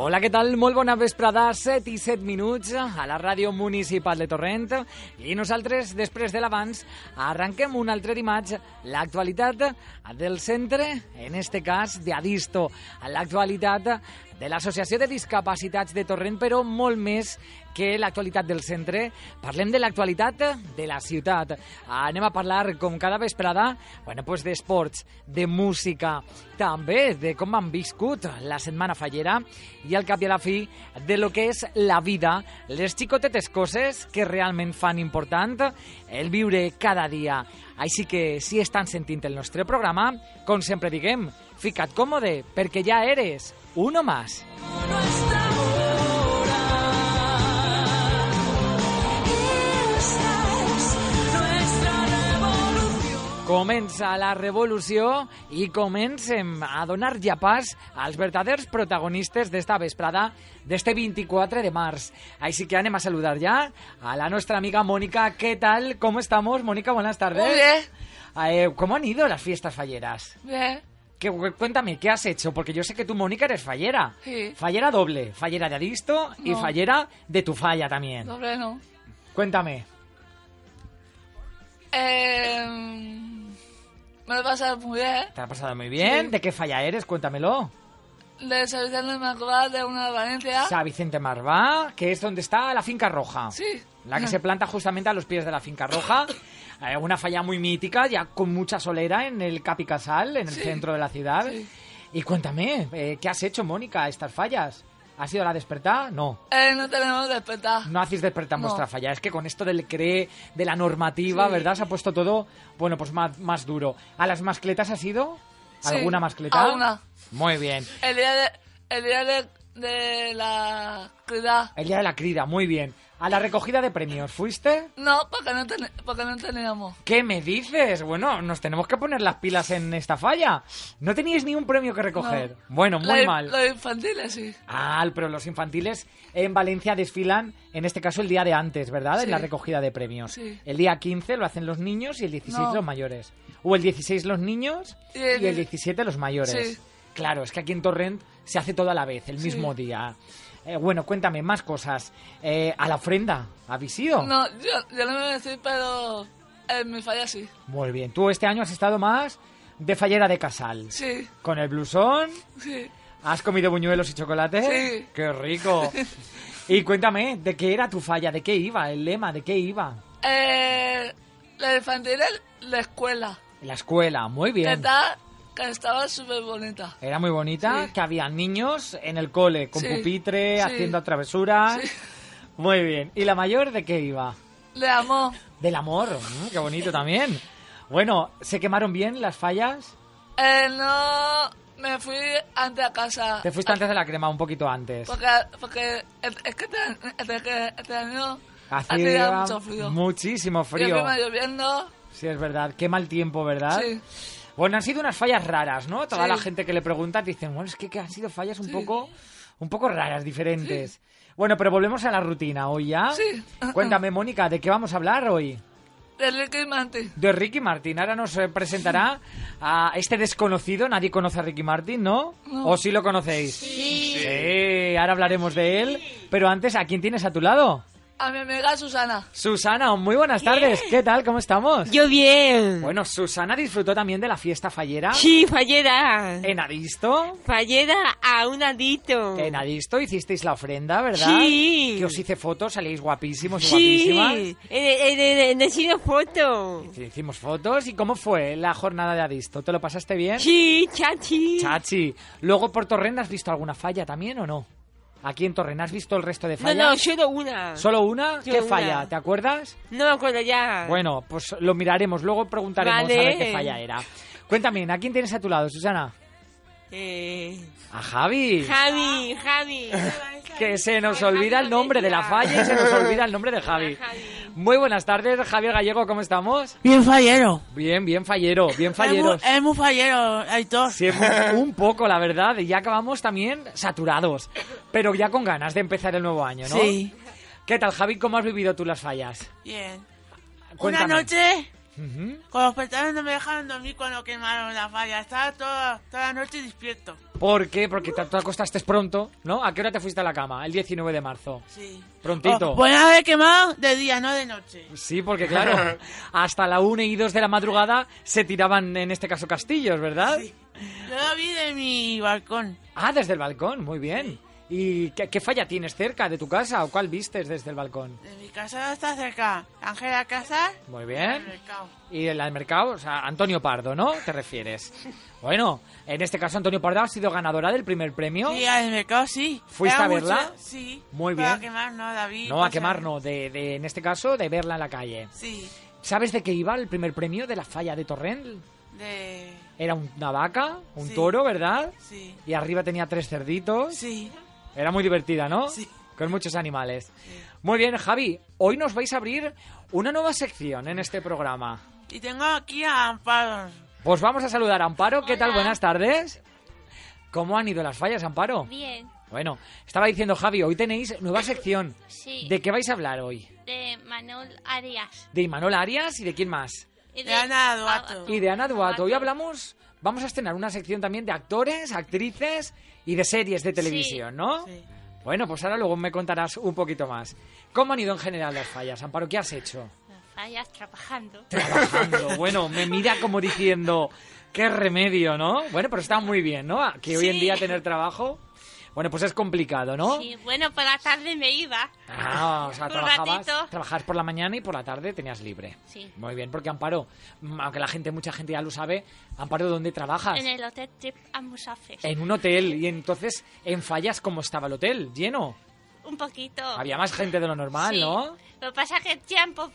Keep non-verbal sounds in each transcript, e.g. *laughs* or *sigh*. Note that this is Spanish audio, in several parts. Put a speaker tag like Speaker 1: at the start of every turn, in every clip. Speaker 1: Hola, què tal? Molt bona vesprada, 7 i 7 minuts a la ràdio municipal de Torrent. I nosaltres, després de l'abans, arranquem un altre dimarts l'actualitat del centre, en este cas d'Adisto, l'actualitat de l'Associació de Discapacitats de Torrent, però molt més que l'actualitat del centre. Parlem de l'actualitat de la ciutat. Anem a parlar, com cada vesprada, bueno, pues d'esports, de música, també de com han viscut la setmana fallera i al cap i a la fi de lo que és la vida, les xicotetes coses que realment fan important el viure cada dia. Així que si estan sentint el nostre programa, com sempre diguem, fica't còmode, perquè ja eres uno más. No estamos... Comença la revolució i comencem a donar ja pas als verdaders protagonistes d'esta vesprada d'este 24 de març. Així que anem a saludar ja a la nostra amiga Mónica. ¿Qué tal? ¿Cómo estamos? Mónica, buenas tardes.
Speaker 2: Muy
Speaker 1: bien. Eh, ¿Cómo han ido las fiestas falleras?
Speaker 2: Bien.
Speaker 1: Que, cuéntame, ¿qué has hecho? Porque yo sé que tú, Mónica, eres fallera.
Speaker 2: Sí.
Speaker 1: Fallera doble. Fallera de Adisto no. y fallera de tu falla también.
Speaker 2: Doble no.
Speaker 1: Cuéntame.
Speaker 2: Eh... Me lo he pasado muy bien.
Speaker 1: ¿Te lo has pasado muy bien? Sí. ¿De qué falla eres? Cuéntamelo.
Speaker 2: De San Vicente Marvá, de una de Valencia.
Speaker 1: San Vicente Marvá, que es donde está la finca roja.
Speaker 2: Sí.
Speaker 1: La que se planta justamente a los pies de la finca roja. eh, una falla muy mítica, ya con mucha solera en el Capi Casal, en el
Speaker 2: sí.
Speaker 1: centro de la ciudad. Sí. Y cuéntame, eh, ¿qué has hecho, Mónica, a estas fallas? ¿Ha sido la despertada? No.
Speaker 2: Eh, no tenemos despertar.
Speaker 1: No hacéis despertar vuestra no. falla. Es que con esto del CRE, de la normativa, sí. ¿verdad? Se ha puesto todo, bueno, pues más, más duro. ¿A las mascletas ha sido? ¿Alguna
Speaker 2: sí,
Speaker 1: mascleta?
Speaker 2: Alguna.
Speaker 1: Muy bien.
Speaker 2: El día de, el día de, de la crida.
Speaker 1: El día de la crida, muy bien. ¿A la recogida de premios fuiste?
Speaker 2: No, porque no, ten, porque no teníamos.
Speaker 1: ¿Qué me dices? Bueno, nos tenemos que poner las pilas en esta falla. No teníais ni un premio que recoger.
Speaker 2: No.
Speaker 1: Bueno, muy
Speaker 2: los,
Speaker 1: mal.
Speaker 2: Los infantiles, sí.
Speaker 1: Ah, pero los infantiles en Valencia desfilan, en este caso, el día de antes, ¿verdad?
Speaker 2: Sí.
Speaker 1: En la recogida de premios.
Speaker 2: Sí.
Speaker 1: El día 15 lo hacen los niños y el 16
Speaker 2: No.
Speaker 1: los mayores. O el 16 los niños
Speaker 2: Y el-
Speaker 1: y el 17 los mayores.
Speaker 2: Sí.
Speaker 1: Claro, es que aquí en Torrent se hace todo a la vez, el
Speaker 2: Sí.
Speaker 1: mismo día. Eh, bueno, cuéntame más cosas. Eh, ¿A la ofrenda habéis ido?
Speaker 2: No, yo, yo no me voy a decir, pero en mi falla sí.
Speaker 1: Muy bien. Tú este año has estado más de fallera de casal.
Speaker 2: Sí,
Speaker 1: Con el blusón,
Speaker 2: sí.
Speaker 1: has comido buñuelos y chocolate.
Speaker 2: Sí.
Speaker 1: ¡Qué rico! y cuéntame, ¿de qué era tu falla? ¿De qué iba? ¿El lema? ¿De qué iba?
Speaker 2: Eh, la infantil es la escuela.
Speaker 1: La escuela, muy
Speaker 2: Que,
Speaker 1: bien.
Speaker 2: está, que estaba súper bonita.
Speaker 1: Era muy bonita,
Speaker 2: Sí.
Speaker 1: que había niños en el cole, con
Speaker 2: Sí.
Speaker 1: pupitre,
Speaker 2: Sí.
Speaker 1: haciendo travesuras.
Speaker 2: Sí.
Speaker 1: Muy bien. ¿Y la mayor de qué iba?
Speaker 2: Le amó.
Speaker 1: Del amor, mm, qué bonito también. Bueno, ¿se quemaron bien las fallas?
Speaker 2: Eh, no, me fui antes a casa.
Speaker 1: Te fuiste antes de la crema, un poquito antes.
Speaker 2: Porque, porque es que este, este- que este año
Speaker 1: Ah, Hacía
Speaker 2: mucho frío.
Speaker 1: muchísimo
Speaker 2: Y
Speaker 1: frío. Ah.
Speaker 2: encima lloviendo.
Speaker 1: Sí, es verdad. Qué mal tiempo, ¿verdad?
Speaker 2: Sí.
Speaker 1: Bueno, han sido unas fallas raras, ¿no? Toda
Speaker 2: Sí.
Speaker 1: la gente que le pregunta dicen, bueno, es que, que han sido fallas un
Speaker 2: Sí.
Speaker 1: poco un poco raras, diferentes. Bueno, pero volvemos a la rutina hoy ya.
Speaker 2: Sí.
Speaker 1: Cuéntame, Mónica, ¿de qué vamos a hablar hoy?
Speaker 2: De Ricky Martin.
Speaker 1: De Ricky Martin. Ahora nos eh, presentará a este desconocido. Nadie conoce a Ricky Martin, ¿no?
Speaker 2: No.
Speaker 1: ¿O sí lo conocéis? Sí. Ahora hablaremos de él. Pero antes, ¿a quién tienes a tu lado?
Speaker 2: a mi amiga Susana.
Speaker 1: Susana, muy buenas tardes. ¿Qué tal? ¿Cómo estamos?
Speaker 3: Yo bien.
Speaker 1: Bueno, Susana disfrutó también de la fiesta fallera
Speaker 3: Sí, fallera.
Speaker 1: en Adisto.
Speaker 3: Fallera a un adito.
Speaker 1: En Adisto hicisteis la ofrenda, ¿verdad?
Speaker 3: Sí.
Speaker 1: Que os hice fotos, salíais guapísimos y
Speaker 3: Sí, en,
Speaker 1: guapísimas.
Speaker 3: en, en- en el cine foto.
Speaker 1: Te Hicimos fotos. ¿Y cómo fue la jornada de Adisto? ¿Te lo pasaste bien?
Speaker 3: Sí, chachi.
Speaker 1: Chachi. Luego por Torrent, ¿has visto alguna falla también o no? Aquí en Torrent, ¿has visto el resto de
Speaker 3: No,
Speaker 1: fallas?
Speaker 3: no, solo una.
Speaker 1: ¿Solo una?
Speaker 3: Sí,
Speaker 1: ¿Qué
Speaker 3: una.
Speaker 1: falla? ¿Te acuerdas?
Speaker 3: No me acuerdo ya.
Speaker 1: Bueno, pues lo miraremos, luego preguntaremos a ver
Speaker 3: Vale.
Speaker 1: qué falla era. Cuéntame, ¿a quién tienes a tu lado, Susana?
Speaker 3: Eh,
Speaker 1: A Javi.
Speaker 3: Javi, Javi.
Speaker 1: Eh, Que se nos olvida el nombre de la falla y se nos olvida el
Speaker 4: *laughs*
Speaker 1: nombre de Javi. Muy buenas tardes, Javier Gallego, ¿cómo estamos?
Speaker 4: Bien fallero.
Speaker 1: Bien, bien fallero, bien
Speaker 4: Es muy,
Speaker 1: falleros.
Speaker 4: es muy fallero, Aitor.
Speaker 1: Sí, un- un poco, la verdad, y ya acabamos también saturados, pero ya con ganas de empezar el nuevo año, ¿no?
Speaker 4: Sí.
Speaker 1: ¿Qué tal, Javi? ¿Cómo has vivido tú las fallas?
Speaker 4: Bien.
Speaker 1: Cuéntame.
Speaker 4: Una noche,
Speaker 1: Ujú.
Speaker 4: con los petanos no me dejaron dormir cuando quemaron la falla. Estaba toda, toda la noche despierto.
Speaker 1: ¿Por qué? Porque te, te acostaste pronto, ¿no? ¿A qué hora te fuiste a la cama? El 19 de marzo.
Speaker 4: Sí.
Speaker 1: Prontito.
Speaker 4: Oh, Podían haber quemado de día, no de noche.
Speaker 1: Sí, porque claro,
Speaker 4: *laughs*
Speaker 1: hasta la 1 y 2 de la madrugada se tiraban, en este caso, castillos, ¿verdad?
Speaker 4: Yo lo vi de mi balcón.
Speaker 1: Ah, desde el balcón, muy bien. ¿Y qué, qué falla tienes cerca de tu casa o cuál vistes desde el balcón?
Speaker 4: De mi casa está cerca. Ángela Casas.
Speaker 1: Muy
Speaker 4: el
Speaker 1: bien.
Speaker 4: mercado.
Speaker 1: Y el del mercado, o sea, Antonio Pardo, ¿no? ¿Te refieres? Bueno, en este caso Antonio Pardo ha sido ganadora del primer premio.
Speaker 4: Sí, al mercado sí.
Speaker 1: ¿Fuiste
Speaker 4: Era
Speaker 1: a verla?
Speaker 4: mucho- Sí.
Speaker 1: Muy
Speaker 4: Pero
Speaker 1: bien.
Speaker 4: a quemar no, David.
Speaker 1: No, a
Speaker 4: o sea,
Speaker 1: quemar no, de, de- en este caso de verla en la calle.
Speaker 4: Sí.
Speaker 1: ¿Sabes de qué iba el primer premio de la falla de Torrent?
Speaker 4: De...
Speaker 1: Era una vaca, un
Speaker 4: Sí.
Speaker 1: toro, ¿verdad?
Speaker 4: Sí.
Speaker 1: Y arriba tenía tres cerditos.
Speaker 4: Sí.
Speaker 1: Era muy divertida, ¿no?
Speaker 4: Sí.
Speaker 1: Con muchos animales. Muy bien, Javi. Hoy nos vais a abrir una nueva sección en este programa.
Speaker 4: Y tengo aquí a Amparo.
Speaker 1: Pues vamos a saludar a Amparo. ¿Qué tal? Buenas tardes. ¿Cómo han ido las fallas, Amparo?
Speaker 5: Bien,
Speaker 1: Bueno, estaba diciendo Javi, hoy tenéis nueva sección.
Speaker 5: sí.
Speaker 1: ¿De qué vais a hablar hoy?
Speaker 5: De Manuel Arias.
Speaker 1: ¿De Imanol Arias y de quién más?
Speaker 5: Y
Speaker 4: De Ana Duato.
Speaker 5: Abato.
Speaker 1: Y de Ana Duato. Hoy hablamos, vamos a estrenar una sección también de actores, actrices y de series de televisión, ¿no?
Speaker 4: Sí.
Speaker 1: Bueno, pues ahora luego me contarás un poquito más. ¿Cómo han ido en general las fallas, Amparo? ¿Qué has hecho?
Speaker 5: Fallas trabajando.
Speaker 1: Trabajando.
Speaker 5: *laughs*
Speaker 1: Bueno, me mira como diciendo, qué remedio, ¿no? Bueno, pero está muy bien, ¿no? Que hoy en
Speaker 5: Sí.
Speaker 1: día tener trabajo, bueno, pues es complicado, ¿no?
Speaker 5: Sí, bueno, por la tarde me iba.
Speaker 1: Ah, o sea,
Speaker 5: Un
Speaker 1: trabajabas,
Speaker 5: ratito.
Speaker 1: trabajabas por la mañana y por la tarde tenías libre.
Speaker 5: Sí.
Speaker 1: Muy bien, porque Amparo, mm, aunque la gente, mucha gente ya lo sabe, Amparo, ¿dónde trabajas?
Speaker 5: En el hotel Trip a Musafes.
Speaker 1: En un hotel. Y entonces, en fallas, ¿cómo estaba el hotel? ¿Lleno?
Speaker 5: Un poquito.
Speaker 1: Había más gente de lo normal,
Speaker 5: Sí.
Speaker 1: ¿no?
Speaker 5: Lo que pasa es que tiempo pues,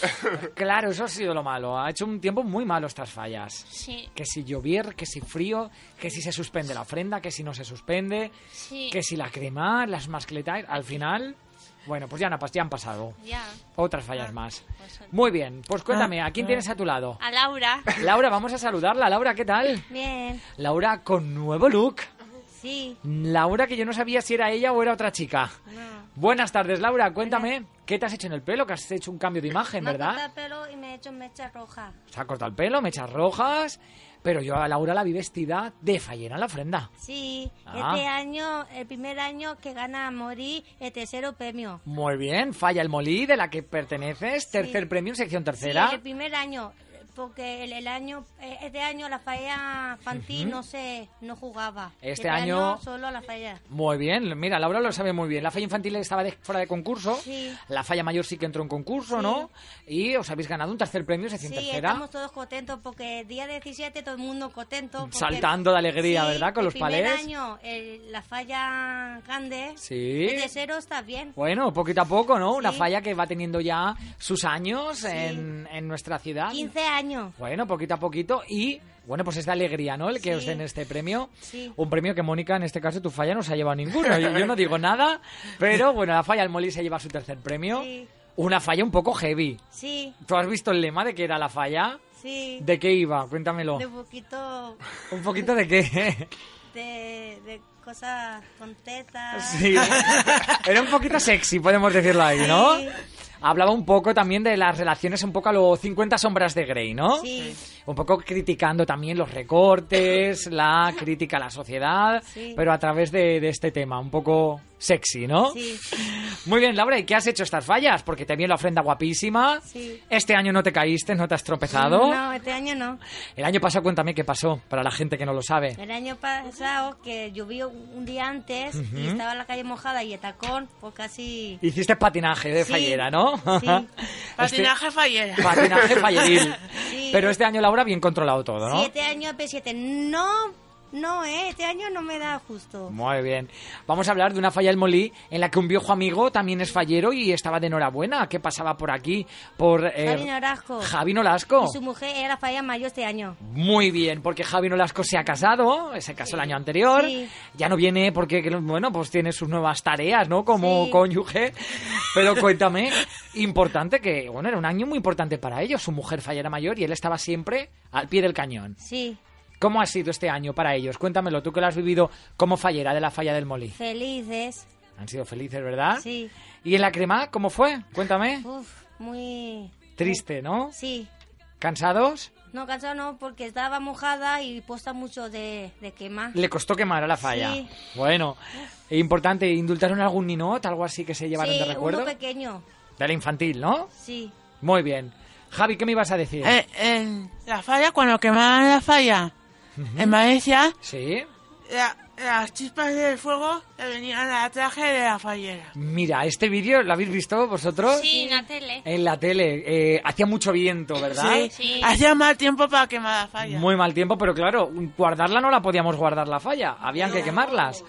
Speaker 5: podéis.
Speaker 1: Claro, eso ha sido lo malo. Ha hecho un tiempo muy malo estas fallas.
Speaker 5: Sí,
Speaker 1: Que si llovier, que si frío, que si se suspende la ofrenda, que si no se suspende,
Speaker 5: sí.
Speaker 1: que si la crema, las mascletas, al final... Bueno, pues ya, han pas- ya han pasado.
Speaker 5: Ya.
Speaker 1: Otras fallas más.
Speaker 5: pues, Ah, eh.
Speaker 1: Muy bien, pues cuéntame, ¿a quién tienes a tu lado?
Speaker 5: A Laura.
Speaker 1: Laura, vamos a saludarla. Laura, ¿qué tal?
Speaker 6: Bien,
Speaker 1: Laura con nuevo look.
Speaker 6: sí.
Speaker 1: Laura, que yo no sabía si era ella o era otra chica.
Speaker 6: No.
Speaker 1: Buenas tardes, Laura. Cuéntame, ¿qué te has hecho en el pelo? Que has hecho un cambio de imagen,
Speaker 6: Me ha cortado
Speaker 1: ¿verdad?
Speaker 6: el pelo y me he hecho mecha roja.
Speaker 1: Se ha cortado el pelo, mechas rojas. Pero yo a Laura la vi vestida de fallera en la ofrenda.
Speaker 6: Sí,
Speaker 1: Ah.
Speaker 6: este año, el primer año que gana Mori el tercero premio.
Speaker 1: Muy bien, falla el molí de la que perteneces. Tercer premio en sección
Speaker 6: Sí,
Speaker 1: tercera.
Speaker 6: el primer año, porque el, el año, eh, este año la falla Fanti no se, no jugaba.
Speaker 1: Este año-
Speaker 6: solo la falla.
Speaker 1: Muy bien, mira, Laura lo sabe muy bien. La falla infantil estaba de- fuera de concurso.
Speaker 6: Sí.
Speaker 1: La falla mayor sí que entró en concurso, ¿no? Y os habéis ganado un tercer premio, en sección
Speaker 6: Sí,
Speaker 1: tercera.
Speaker 6: estamos todos contentos porque el día 17 todo el mundo contento. porque-
Speaker 1: Saltando de alegría, ¿verdad? Con los
Speaker 6: El
Speaker 1: palés.
Speaker 6: primer año el- la falla grande,
Speaker 1: Sí.
Speaker 6: el tercero está bien.
Speaker 1: Bueno, poquito a poco, ¿no? Una
Speaker 6: Sí.
Speaker 1: falla que va teniendo ya sus años en, en nuestra ciudad.
Speaker 6: 15 años.
Speaker 1: Bueno, poquito a poquito y bueno, pues es de alegría, ¿no? El que
Speaker 6: Sí.
Speaker 1: os den este premio.
Speaker 6: Sí.
Speaker 1: Un premio que Mónica, en este caso, tu falla no se ha llevado ninguno. Yo, yo no digo nada, pero bueno, la falla del Molí se lleva su tercer premio.
Speaker 6: Sí.
Speaker 1: Una falla un poco heavy.
Speaker 6: Sí,
Speaker 1: ¿Tú has visto el lema de qué era la falla?
Speaker 6: sí.
Speaker 1: ¿De qué iba? Cuéntamelo.
Speaker 6: de poquito
Speaker 1: Un poquito de
Speaker 6: *laughs*
Speaker 1: qué.
Speaker 6: de, de cosas tontetas.
Speaker 1: sí. Era un poquito sexy, podemos decirlo ahí, ¿no?
Speaker 6: Sí.
Speaker 1: Hablaba un poco también de las relaciones un poco a los 50 sombras de Grey, ¿no?
Speaker 6: Sí.
Speaker 1: Un poco criticando también los recortes, la crítica a la sociedad,
Speaker 6: Sí.
Speaker 1: pero a través de, de este tema, un poco sexy, ¿no?
Speaker 6: Sí.
Speaker 1: Muy bien, Laura, ¿y qué has hecho estas fallas? Porque te viene la ofrenda guapísima.
Speaker 6: Sí.
Speaker 1: Este año no te caíste, no te has tropezado.
Speaker 6: No, este año no.
Speaker 1: El año pasado cuéntame qué pasó, para la gente que no lo sabe.
Speaker 6: El año pasado que llovió un día antes y estaba la calle mojada y el tacón, pues casi...
Speaker 1: Hiciste patinaje de
Speaker 6: Sí,
Speaker 1: fallera, ¿no? *laughs*
Speaker 6: sí.
Speaker 1: Este-
Speaker 4: Patinaje fallera.
Speaker 1: patinaje falleril.
Speaker 6: Sí.
Speaker 1: Pero este año, Laura, bien controlado todo, ¿no?
Speaker 6: Siete años P7. No, no, eh, este año no me da justo.
Speaker 1: Muy bien. Vamos a hablar de una falla del Molí en la que un viejo amigo también es fallero y estaba de enhorabuena, que pasaba por aquí, por... eh,
Speaker 6: Javi Norasco.
Speaker 1: Javi Nolasco.
Speaker 6: Y su mujer era la falla mayor este año.
Speaker 1: Muy bien, porque Javi Nolasco se ha casado, se casó el año anterior,
Speaker 6: Sí.
Speaker 1: ya no viene porque, bueno, pues tiene sus nuevas tareas, ¿no? Como
Speaker 6: Sí.
Speaker 1: cónyuge, pero cuéntame, importante que, bueno, era un año muy importante para ellos, su mujer fallera mayor y él estaba siempre al pie del cañón.
Speaker 6: Sí,
Speaker 1: ¿Cómo ha sido este año para ellos? Cuéntamelo, tú que lo has vivido como fallera de la falla del Molí.
Speaker 6: felices.
Speaker 1: Han sido felices, ¿verdad?
Speaker 6: Sí.
Speaker 1: ¿Y en la crema, cómo fue? Cuéntame.
Speaker 6: Uf, muy...
Speaker 1: Triste, ¿no?
Speaker 6: Sí.
Speaker 1: ¿Cansados?
Speaker 6: No, cansado no, porque estaba mojada y posta mucho de, de quemar.
Speaker 1: Le costó quemar a la falla.
Speaker 6: Sí.
Speaker 1: Bueno, importante, ¿indultaron algún ninot, algo así que se llevaron
Speaker 6: sí,
Speaker 1: de recuerdo?
Speaker 6: uno pequeño.
Speaker 1: De la infantil, ¿no?
Speaker 6: Sí.
Speaker 1: Muy bien. Javi, ¿qué me ibas a decir?
Speaker 4: Eh, en la falla, cuando quemaban la falla en Valencia,
Speaker 1: Sí.
Speaker 4: la- las chispas del fuego le venían al traje de la fallera.
Speaker 1: Mira, este vídeo lo habéis visto vosotros
Speaker 5: Sí, en la tele.
Speaker 1: en la tele. Eh, hacía mucho viento, ¿verdad?
Speaker 4: Sí,
Speaker 5: Sí.
Speaker 4: hacía mal tiempo para quemar la falla.
Speaker 1: Muy mal tiempo, pero claro, guardarla no la podíamos guardar la falla, habían que quemarlas.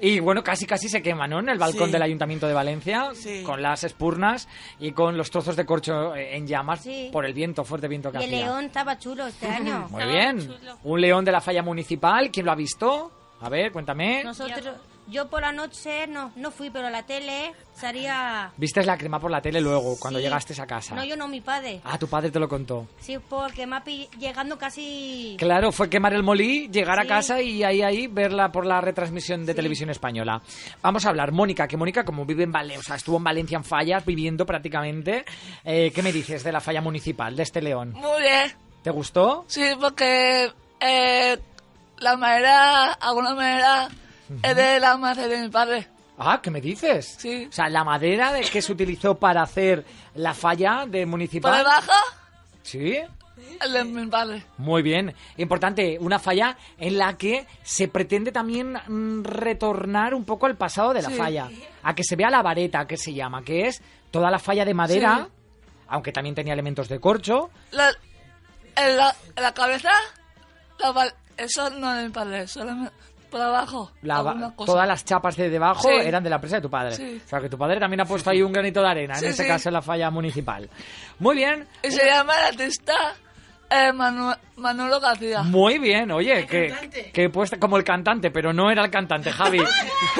Speaker 1: Y bueno, casi casi se quema, ¿no? En el balcón
Speaker 4: Sí.
Speaker 1: del Ayuntamiento de Valencia,
Speaker 4: Sí.
Speaker 1: con las espurnas y con los trozos de corcho eh, en llamas
Speaker 6: Sí.
Speaker 1: por el viento, fuerte viento que
Speaker 6: Y el
Speaker 1: hacía.
Speaker 6: león estaba
Speaker 1: *laughs*
Speaker 6: chulo este año.
Speaker 1: Muy
Speaker 5: Estaba
Speaker 1: bien.
Speaker 5: chulo.
Speaker 1: Un león de la falla municipal, ¿quién lo ha visto? A ver, cuéntame.
Speaker 6: Nosotros, yo por la noche no, no fui, pero la tele salía...
Speaker 1: ¿Viste la crema por la tele luego, cuando
Speaker 6: Sí.
Speaker 1: llegaste a casa?
Speaker 6: No, yo no, mi padre.
Speaker 1: Ah, tu padre te lo contó.
Speaker 6: Sí, porque me ha pill- llegando casi...
Speaker 1: Claro, fue quemar el molí, llegar a
Speaker 6: Sí.
Speaker 1: casa y ahí, ahí, verla por la retransmisión de televisión española. Vamos a hablar, Mónica, que Mónica, como vive en Valencia, o sea, estuvo en Valencia en fallas, viviendo prácticamente. eh, ¿Qué me dices de la falla municipal, de este león?
Speaker 2: Muy bien.
Speaker 1: ¿Te gustó?
Speaker 2: Sí, porque eh, la madera, alguna manera, es de la madre de mi padre.
Speaker 1: Ah, ¿qué me dices?
Speaker 2: Sí.
Speaker 1: O sea, la madera de- que se utilizó para hacer la falla de
Speaker 2: Por
Speaker 6: Pues
Speaker 1: municipal.
Speaker 2: debajo,
Speaker 1: Sí.
Speaker 2: el de mi padre.
Speaker 1: Muy bien. Importante, una falla en la que se pretende también mm, retornar un poco al pasado de la
Speaker 2: Sí.
Speaker 1: falla. A que se vea la vareta, que se llama, que es toda la falla de madera, aunque también tenía elementos de corcho.
Speaker 2: La, en, la, en la cabeza, la val- eso no es de mi padre, solo por abajo.
Speaker 1: la va-
Speaker 2: alguna cosa.
Speaker 1: todas las chapas de debajo
Speaker 2: Sí.
Speaker 1: eran de la empresa de tu padre.
Speaker 2: Sí.
Speaker 1: O sea, que tu padre también ha puesto ahí un granito de arena,
Speaker 2: Sí,
Speaker 1: en este
Speaker 2: sí.
Speaker 1: caso en la falla municipal. Muy bien.
Speaker 2: Y se llama el artista eh, Manu- Manolo García.
Speaker 1: Muy bien, oye, que, que puesta como el cantante, pero no era el cantante,
Speaker 6: *laughs*
Speaker 1: Javi.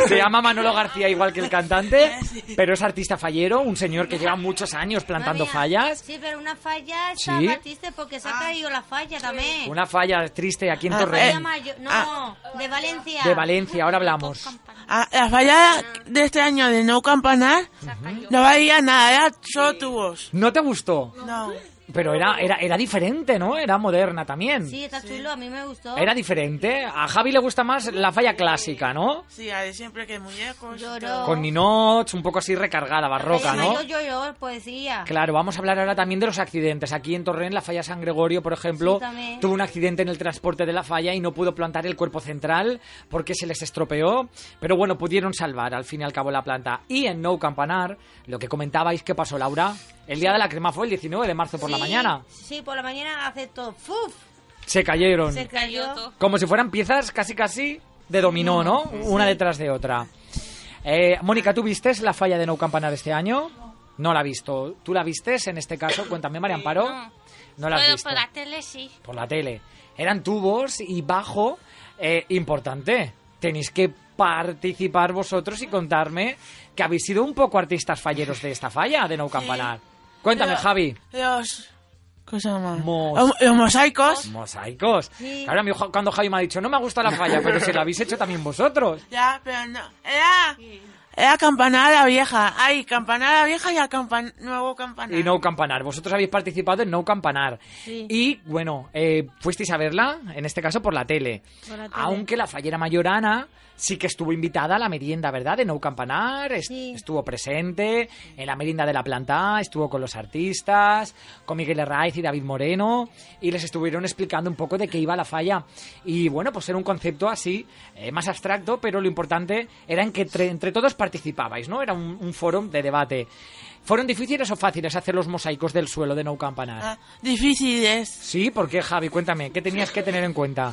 Speaker 1: Se llama Manolo García igual que el cantante,
Speaker 6: Ah,
Speaker 1: pero es artista fallero, un señor que lleva muchos años plantando
Speaker 6: Madre mía.
Speaker 1: fallas.
Speaker 6: Sí, pero una falla estaba
Speaker 1: Sí.
Speaker 6: triste porque
Speaker 5: Ah.
Speaker 6: se ha caído la falla también.
Speaker 1: Una falla triste aquí en
Speaker 4: Ah,
Speaker 6: Falla
Speaker 4: eh,
Speaker 1: Torreón,
Speaker 6: mayor- no,
Speaker 4: ah.
Speaker 6: de Valencia.
Speaker 1: de Valencia, ahora hablamos.
Speaker 4: Ah, la falla de este año de no campanar no valía nada, era solo tubos.
Speaker 1: ¿No te gustó?
Speaker 4: No.
Speaker 1: Pero era, era, era diferente, ¿no? Era moderna también.
Speaker 6: Sí, está chulo, a mí me gustó.
Speaker 1: Era diferente. A Javi le gusta más la falla clásica, ¿no?
Speaker 4: Sí, a de siempre que muñecos. y
Speaker 6: Lloró.
Speaker 4: todo.
Speaker 1: Con Ninoch, un poco así recargada, barroca,
Speaker 6: Falla
Speaker 1: ¿no?
Speaker 6: mayor, yo, yo, poesía.
Speaker 1: Claro, vamos a hablar ahora también de los accidentes. Aquí en Torrent, la falla San Gregorio, por ejemplo,
Speaker 6: Sí, también.
Speaker 1: tuvo un accidente en el transporte de la falla y no pudo plantar el cuerpo central porque se les estropeó. Pero bueno, pudieron salvar al fin y al cabo la planta. Y en No Campanar, lo que comentabais, ¿qué pasó, Laura? El día de la crema fue el 19 de marzo por la
Speaker 6: Sí,
Speaker 1: mañana.
Speaker 6: Sí, por la mañana hace todo. ¡Fuf!
Speaker 1: Se cayeron.
Speaker 6: Se cayó.
Speaker 5: Cayó todo.
Speaker 1: Como si fueran piezas casi casi de dominó, ¿no? Una detrás de otra. Eh, Mónica, ¿tú viste la falla de No Campanar este año? No la ha visto. ¿Tú la vistes en este caso? Cuéntame, María Amparo.
Speaker 5: Eh, no.
Speaker 1: No la has
Speaker 5: Pero
Speaker 1: visto.
Speaker 5: por la tele sí.
Speaker 1: Por la tele. Eran tubos y bajo. eh, importante. Tenéis que participar vosotros y contarme que habéis sido un poco artistas falleros de esta falla de No Campanar. Cuéntame,
Speaker 4: Pero-
Speaker 1: Javi.
Speaker 4: Los. ¿Cómo se llama?
Speaker 1: Mos-
Speaker 4: Los- Los mosaicos.
Speaker 1: Mosaicos.
Speaker 6: Sí.
Speaker 1: Claro, a mí jo- cuando Javi me ha dicho, no me ha gustado la falla, pero si la habéis hecho también vosotros.
Speaker 4: Ya, pero no. Era. Era campanar a la vieja. Hay campanar a la vieja y a campan nuevo campanar.
Speaker 1: Y No Campanar. Vosotros habéis participado en No Campanar.
Speaker 6: Sí.
Speaker 1: Y bueno, eh, fuisteis a verla, en este caso por la tele.
Speaker 6: Por la tele.
Speaker 1: Aunque la fallera mayor Ana sí que estuvo invitada a la merienda, ¿verdad? De No Campanar. Est-
Speaker 6: Sí.
Speaker 1: Estuvo presente en la merienda de la planta, estuvo con los artistas, con Miguel Herraiz y David Moreno. Y les estuvieron explicando un poco de qué iba la falla. Y bueno, pues era un concepto así, eh, más abstracto, pero lo importante era en que tre- entre todos participabais, ¿no? Era un, un foro de debate. ¿Fueron difíciles o fáciles hacer los mosaicos del suelo de No Campanar?
Speaker 4: Ah, Difíciles.
Speaker 1: Sí, ¿por qué, Javi? Cuéntame, ¿qué tenías que tener en cuenta?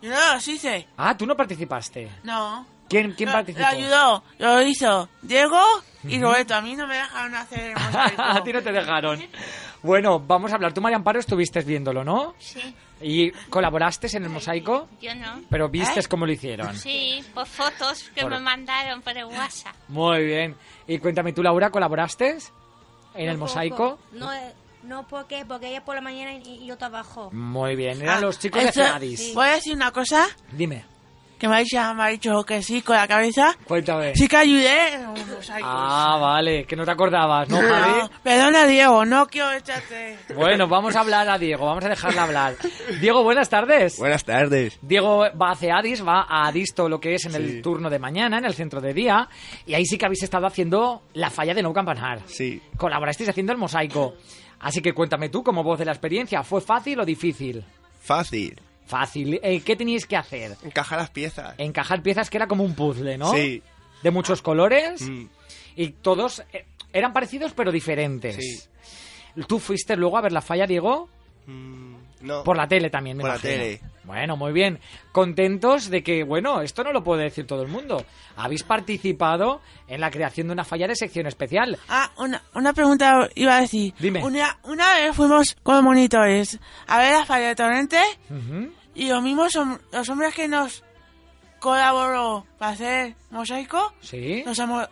Speaker 4: Yo no los hice.
Speaker 1: Ah, tú no participaste.
Speaker 4: No.
Speaker 1: ¿Quién, quién
Speaker 4: Lo-
Speaker 1: participó?
Speaker 4: Lo
Speaker 1: *laughs*
Speaker 4: ayudó, lo hizo Diego y Roberto. A mí no me dejaron hacer
Speaker 1: *laughs*
Speaker 4: el mosaico.
Speaker 1: a ti no te dejaron. Bueno, vamos a hablar. Tú, María Amparo, estuviste viéndolo, ¿no?
Speaker 5: Sí,
Speaker 1: ¿Y colaboraste en el mosaico?
Speaker 5: yo no.
Speaker 1: Pero viste cómo lo hicieron.
Speaker 5: Sí, por fotos que
Speaker 1: Ah, Por-
Speaker 5: me mandaron por el WhatsApp.
Speaker 1: Muy bien. Y cuéntame, ¿tú, Laura, colaboraste en el
Speaker 6: Un
Speaker 1: mosaico?
Speaker 6: poco. No, eh, no porque, porque ella es por la mañana y, y yo trabajo.
Speaker 1: Muy bien. Eran
Speaker 4: Ah,
Speaker 1: los chicos
Speaker 4: eso-
Speaker 1: de Genadis.
Speaker 4: Voy a decir una cosa
Speaker 1: Dime,
Speaker 4: que Marisha me ha dicho que sí con la cabeza.
Speaker 1: cuéntame.
Speaker 4: Sí que ayudé en un mosaico.
Speaker 1: Ah, vale, que no te acordabas, ¿no, Javi?
Speaker 4: No, perdona, Diego, no quiero echarte.
Speaker 1: Bueno, vamos a hablar a Diego, vamos a dejarla hablar. Diego, buenas tardes.
Speaker 7: Buenas tardes.
Speaker 1: Diego va a Ceadis, va a Adisto, lo que es en el turno de mañana, en el centro de día, y ahí sí que habéis estado haciendo la falla de No Campanar.
Speaker 7: Sí.
Speaker 1: Colaborasteis haciendo el mosaico. Así que cuéntame tú, como voz de la experiencia, ¿fue fácil o difícil?
Speaker 7: Fácil.
Speaker 1: Fácil. Eh, ¿Qué teníais que hacer?
Speaker 7: Encaja las piezas.
Speaker 1: Encajar piezas que era como un puzzle, ¿no?
Speaker 7: Sí.
Speaker 1: De muchos colores.
Speaker 7: Mm,
Speaker 1: Y todos eh, eran parecidos pero diferentes. ¿Tú fuiste luego a ver la falla, Diego?
Speaker 7: mm, no.
Speaker 1: Por la tele también, me
Speaker 7: Por la
Speaker 1: imagino.
Speaker 7: tele.
Speaker 1: Bueno, muy bien. Contentos de que, bueno, esto no lo puede decir todo el mundo. Habéis participado en la creación de una falla de sección especial.
Speaker 4: Ah, una, una pregunta iba a decir.
Speaker 1: Dime.
Speaker 4: Una, una vez fuimos con monitores a ver la falla de Torrente
Speaker 1: Ujú.
Speaker 4: y los mismos hom- los hombres que nos colaboró para hacer mosaico
Speaker 1: Sí.
Speaker 4: nos, amo-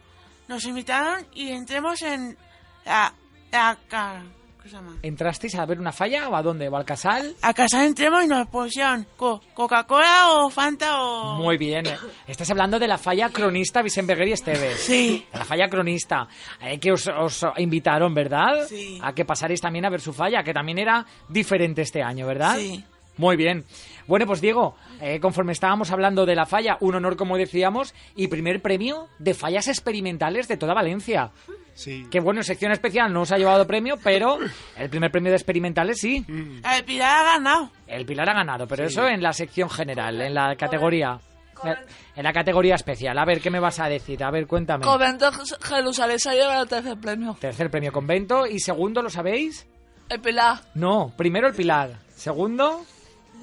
Speaker 4: nos invitaron y entremos en la, la ca- ¿cómo se llama?
Speaker 1: ¿Entrasteis a ver una falla o a dónde? ¿O al casal?
Speaker 4: A casa entremos y nos pusieron co- Coca-Cola o Fanta o...
Speaker 1: Muy bien. Estás hablando de la falla cronista Vicente y Esteves.
Speaker 4: Sí.
Speaker 1: La falla cronista. Eh, que os, os invitaron, ¿verdad?
Speaker 4: Sí.
Speaker 1: A que pasaréis también a ver su falla, que también era diferente este año, ¿verdad?
Speaker 4: Sí.
Speaker 1: Muy bien. Bueno, pues Diego, eh, conforme estábamos hablando de la falla, un honor, como decíamos, y primer premio de fallas experimentales de toda Valencia.
Speaker 7: Sí.
Speaker 1: Que bueno, en sección especial no os ha llevado premio, pero el primer premio de experimentales sí.
Speaker 4: A ver, Pilar ha ganado.
Speaker 1: El Pilar ha ganado, pero eso en la sección general, en la categoría. En la categoría especial. A ver, ¿qué me vas a decir? A ver, cuéntame.
Speaker 2: Convento Jerusalén se lleva el tercer premio.
Speaker 1: Tercer premio convento y segundo, ¿lo sabéis?
Speaker 2: El Pilar.
Speaker 1: No, primero el Pilar. Segundo,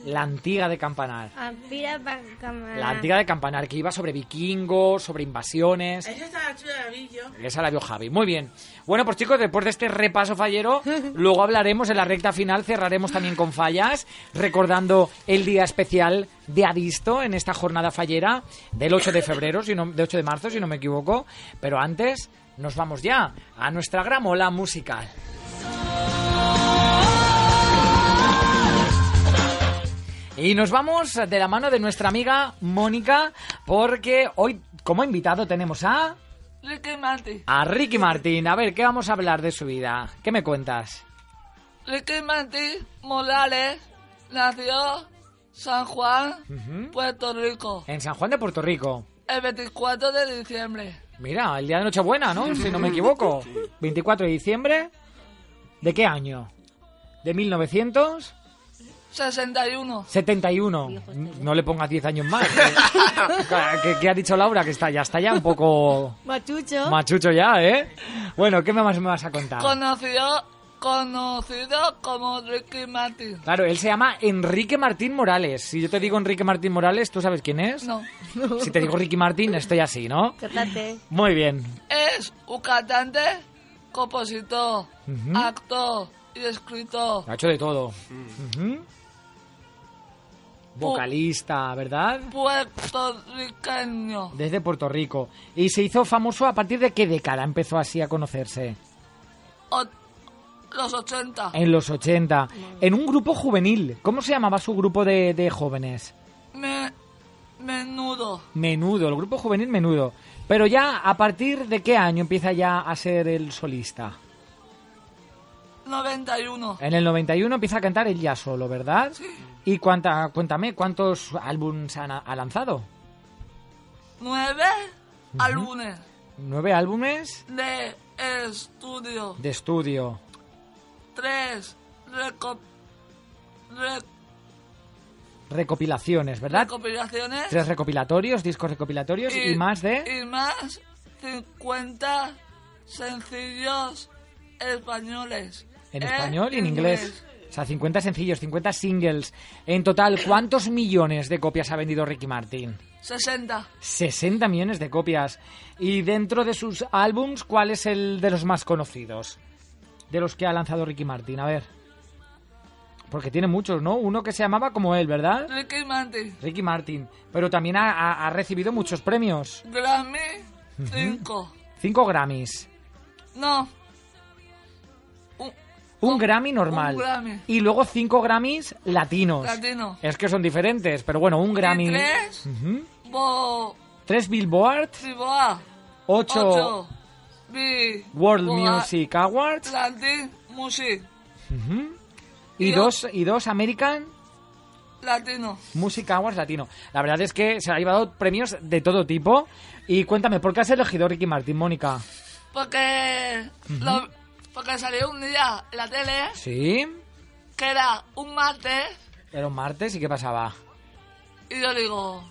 Speaker 1: la antiga de Campanar.
Speaker 6: Ah, Aspira pa' cámara.
Speaker 4: Ah.
Speaker 1: La antiga de Campanar, que iba sobre vikingos, sobre invasiones.
Speaker 4: Esa está la chula de vídeo.
Speaker 1: Esa la vio Javi. Muy bien. Bueno, pues chicos, después de este repaso
Speaker 4: *laughs*
Speaker 1: fallero, luego hablaremos en la recta final, cerraremos también con fallas, recordando el día especial de Adisto en esta jornada fallera del 8 de febrero, si no, de 8 de marzo, si no me equivoco. Pero antes, nos vamos ya a nuestra gramola musical. Y nos vamos de la mano de nuestra amiga Mónica, porque hoy como invitado tenemos a...
Speaker 2: Ricky Martin.
Speaker 1: A Ricky Martín, a ver, ¿qué vamos a hablar de su vida? ¿Qué me cuentas?
Speaker 2: Ricky Martin Morales nació San Juan, Puerto Rico,
Speaker 1: En San Juan de Puerto Rico.
Speaker 2: el 24 de diciembre.
Speaker 1: Mira, el día de Nochebuena, ¿no? Si no me equivoco. 24 de diciembre. ¿De qué año? De 1971.
Speaker 2: 61.
Speaker 1: No le pongas 10 años más. ¿Qué, qué- qué ha dicho Laura? *laughs* Que está ya está ya un poco
Speaker 6: Machucho.
Speaker 1: machucho ya, ¿eh? Bueno, ¿qué más me vas a contar?
Speaker 2: Conocido, conocido como Ricky Martin.
Speaker 1: Claro, él se llama Enrique Martín Morales. Si yo te digo Enrique Martín Morales, ¿tú sabes quién es?
Speaker 2: No.
Speaker 1: Si te digo Ricky Martín, estoy así, ¿no?
Speaker 6: Cátate.
Speaker 1: Muy bien.
Speaker 2: Es un cantante, compositor,
Speaker 1: Ujú.
Speaker 2: actor y escritor.
Speaker 1: Ha hecho de todo. Ujú. Vocalista, ¿verdad?
Speaker 2: Puertorriqueño.
Speaker 1: Desde Puerto Rico. ¿Y se hizo famoso a partir de qué década empezó así a conocerse?
Speaker 2: O- los 80.
Speaker 1: En los 80. En un grupo juvenil. ¿Cómo se llamaba su grupo de, de jóvenes?
Speaker 2: Me- menudo.
Speaker 1: Menudo, el grupo juvenil menudo. Pero ya, ¿a partir de qué año empieza ya a ser el solista?
Speaker 2: 91.
Speaker 1: En el 91 empieza a cantar él ya solo, ¿verdad? Y cuánta, cuéntame, ¿cuántos álbums han- ha lanzado?
Speaker 2: Nueve álbumes
Speaker 1: ¿Nueve álbumes
Speaker 2: de estudio.
Speaker 1: de estudio?
Speaker 2: Tres reco- re-
Speaker 1: Recopilaciones, ¿verdad?
Speaker 2: recopilaciones.
Speaker 1: Tres recopilatorios, discos recopilatorios y, más de...
Speaker 2: Y más 50 sencillos españoles.
Speaker 1: En español y eh, en inglés. O sea, 50 sencillos, 50 singles. En total, ¿cuántos millones de copias ha vendido Ricky Martin?
Speaker 2: 60.
Speaker 1: 60 millones de copias. Y dentro de sus álbums, ¿cuál es el de los más conocidos? De los que ha lanzado Ricky Martin, a ver. Porque tiene muchos, ¿no? Uno que se llamaba como él, ¿verdad?
Speaker 2: Ricky Martin.
Speaker 1: Ricky Martin. Pero también ha, ha- ha recibido muchos premios.
Speaker 2: Grammy 5.
Speaker 1: Cinco Grammys.
Speaker 2: No. Un
Speaker 1: Un Grammy normal.
Speaker 2: un Grammy.
Speaker 1: Y luego cinco Grammys latinos.
Speaker 2: latino.
Speaker 1: Es que son diferentes, pero bueno, un Grammy.
Speaker 2: Y tres.
Speaker 1: Ujú.
Speaker 2: Bo.
Speaker 1: Tres Billboard,
Speaker 2: Triboa.
Speaker 1: ocho,
Speaker 2: Ocho. Bi.
Speaker 1: World
Speaker 2: Boa-
Speaker 1: Music Awards
Speaker 2: Latin Music.
Speaker 1: Ujú. Y
Speaker 2: Y
Speaker 1: dos, y dos American
Speaker 2: Latino.
Speaker 1: Music Awards Latino. La verdad es que se ha llevado premios de todo tipo. Y cuéntame, ¿por qué has elegido Ricky Martin, Mónica?
Speaker 2: Porque. lo- porque salió un día en la tele
Speaker 1: Sí,
Speaker 2: que era un martes
Speaker 1: era un martes y ¿qué pasaba?
Speaker 2: y yo digo.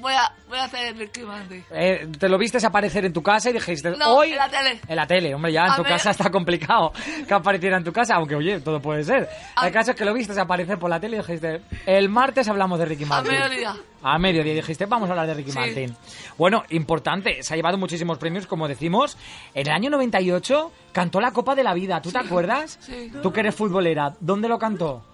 Speaker 2: Voy a, voy a hacer Ricky Martin.
Speaker 1: Eh, te lo viste aparecer en tu casa y dijiste,
Speaker 2: No,
Speaker 1: hoy...
Speaker 2: en la tele.
Speaker 1: En la tele, hombre, ya en
Speaker 2: A
Speaker 1: tu
Speaker 2: ver.
Speaker 1: casa está complicado que apareciera en tu casa, aunque oye, todo puede ser.
Speaker 2: A-
Speaker 1: El caso es que lo viste aparecer por la tele y dijiste, el martes hablamos de Ricky
Speaker 2: A
Speaker 1: Martin.
Speaker 2: mediodía.
Speaker 1: A mediodía dijiste, vamos a hablar de Ricky
Speaker 2: Sí.
Speaker 1: Martin. Bueno, importante, se ha llevado muchísimos premios, como decimos. En el año 98 cantó la Copa de la Vida, ¿tú te acuerdas?
Speaker 2: Sí.
Speaker 1: Tú que eres futbolera, ¿dónde lo cantó?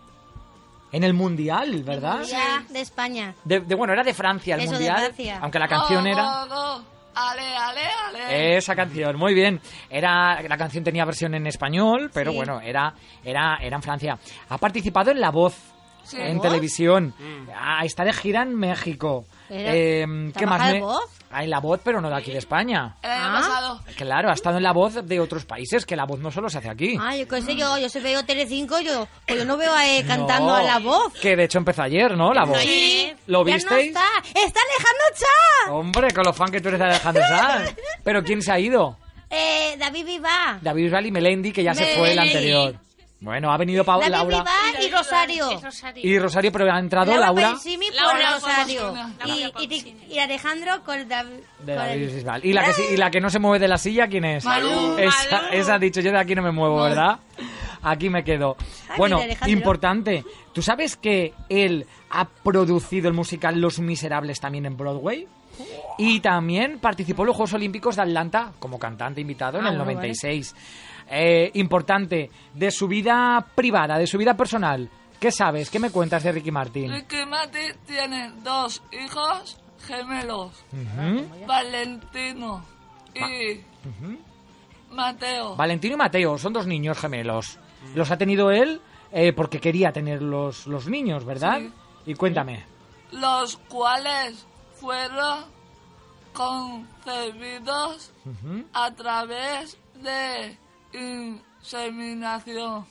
Speaker 1: En el Mundial,
Speaker 6: Ah,
Speaker 1: ¿verdad?
Speaker 6: Ya, de España.
Speaker 1: De, de- bueno, era de Francia el
Speaker 6: Eso, de
Speaker 1: Mundial,
Speaker 6: Francia.
Speaker 1: aunque la canción
Speaker 2: Go,
Speaker 1: era...
Speaker 2: go, go. Ale, ale, ale.
Speaker 1: Esa canción, muy bien. Era la canción tenía versión en español, pero bueno, era era era en Francia. Ha participado en La Voz
Speaker 2: Sí.
Speaker 1: en
Speaker 6: ¿Voz?
Speaker 1: televisión. Ah, está de gira en México. Eh,
Speaker 6: Era-
Speaker 1: ¿Qué
Speaker 6: ¿trabaja
Speaker 1: más?
Speaker 6: de
Speaker 1: me-
Speaker 6: Voz?
Speaker 1: Ah, en La Voz, pero no de aquí de España.
Speaker 2: El año
Speaker 6: Ah.
Speaker 2: pasado.
Speaker 1: Claro, ha estado en La Voz de otros países, que La Voz no solo se hace aquí.
Speaker 6: Ah, yo qué sé yo, yo se veo Telecinco, yo, pues yo no veo a él cantando
Speaker 1: No.
Speaker 6: a la voz.
Speaker 1: Que de hecho empezó ayer, ¿no? La Voz.
Speaker 6: Sí.
Speaker 1: ¿Lo
Speaker 6: Ya
Speaker 1: visteis? Oh.
Speaker 6: no está. ¡Está Alejandro Chá!
Speaker 1: Hombre, con lo fan que tú eres de Alejandro
Speaker 6: *laughs*
Speaker 1: Sanz. Pero ¿quién se ha ido?
Speaker 6: Eh, David Viva.
Speaker 1: David Bisbal y Melendi, que ya se fue el
Speaker 6: Melendi.
Speaker 1: anterior. Bueno, ha venido Paula.
Speaker 6: David
Speaker 1: Laura.
Speaker 6: Viva y
Speaker 5: Es
Speaker 6: Rosario.
Speaker 5: Rosario.
Speaker 1: Y Rosario, pero ha entrado
Speaker 6: Laura
Speaker 1: Laura.
Speaker 6: Pausini por
Speaker 3: Laura
Speaker 6: Rosario.
Speaker 5: Pausini.
Speaker 6: Y,
Speaker 5: Laura
Speaker 6: y-
Speaker 5: Pausini.
Speaker 6: y Alejandro con David.
Speaker 1: De
Speaker 6: con
Speaker 1: David
Speaker 6: el- ¡Eh!
Speaker 1: Bisbal. ¿Y la, que, sí- y la que no se mueve de la silla, ¿quién es?
Speaker 2: Malú.
Speaker 1: Esa,
Speaker 3: Malú.
Speaker 1: esa ha dicho, yo de aquí no me muevo, ¿verdad? Aquí me quedo.
Speaker 6: Ay,
Speaker 1: Bueno,
Speaker 6: mira, Alejandro.
Speaker 1: importante. ¿Tú sabes que él ha producido el musical Los Miserables también en Broadway? Y también participó en los Juegos Olímpicos de Atlanta como cantante invitado en
Speaker 6: Ah,
Speaker 1: el
Speaker 6: bueno, vale.
Speaker 1: 96. Eh, importante, de su vida privada, de su vida personal, ¿qué sabes? ¿Qué me cuentas de Ricky Martin?
Speaker 2: Ricky Martin tiene dos hijos gemelos,
Speaker 1: Ujú.
Speaker 2: Valentino y Mateo.
Speaker 1: Valentino y Mateo son dos niños gemelos. Los ha tenido él eh, porque quería tener los, los niños, ¿verdad?
Speaker 2: Sí.
Speaker 1: Y cuéntame.
Speaker 2: los cuales fueron concebidos
Speaker 1: Ujú.
Speaker 2: a través de inseminación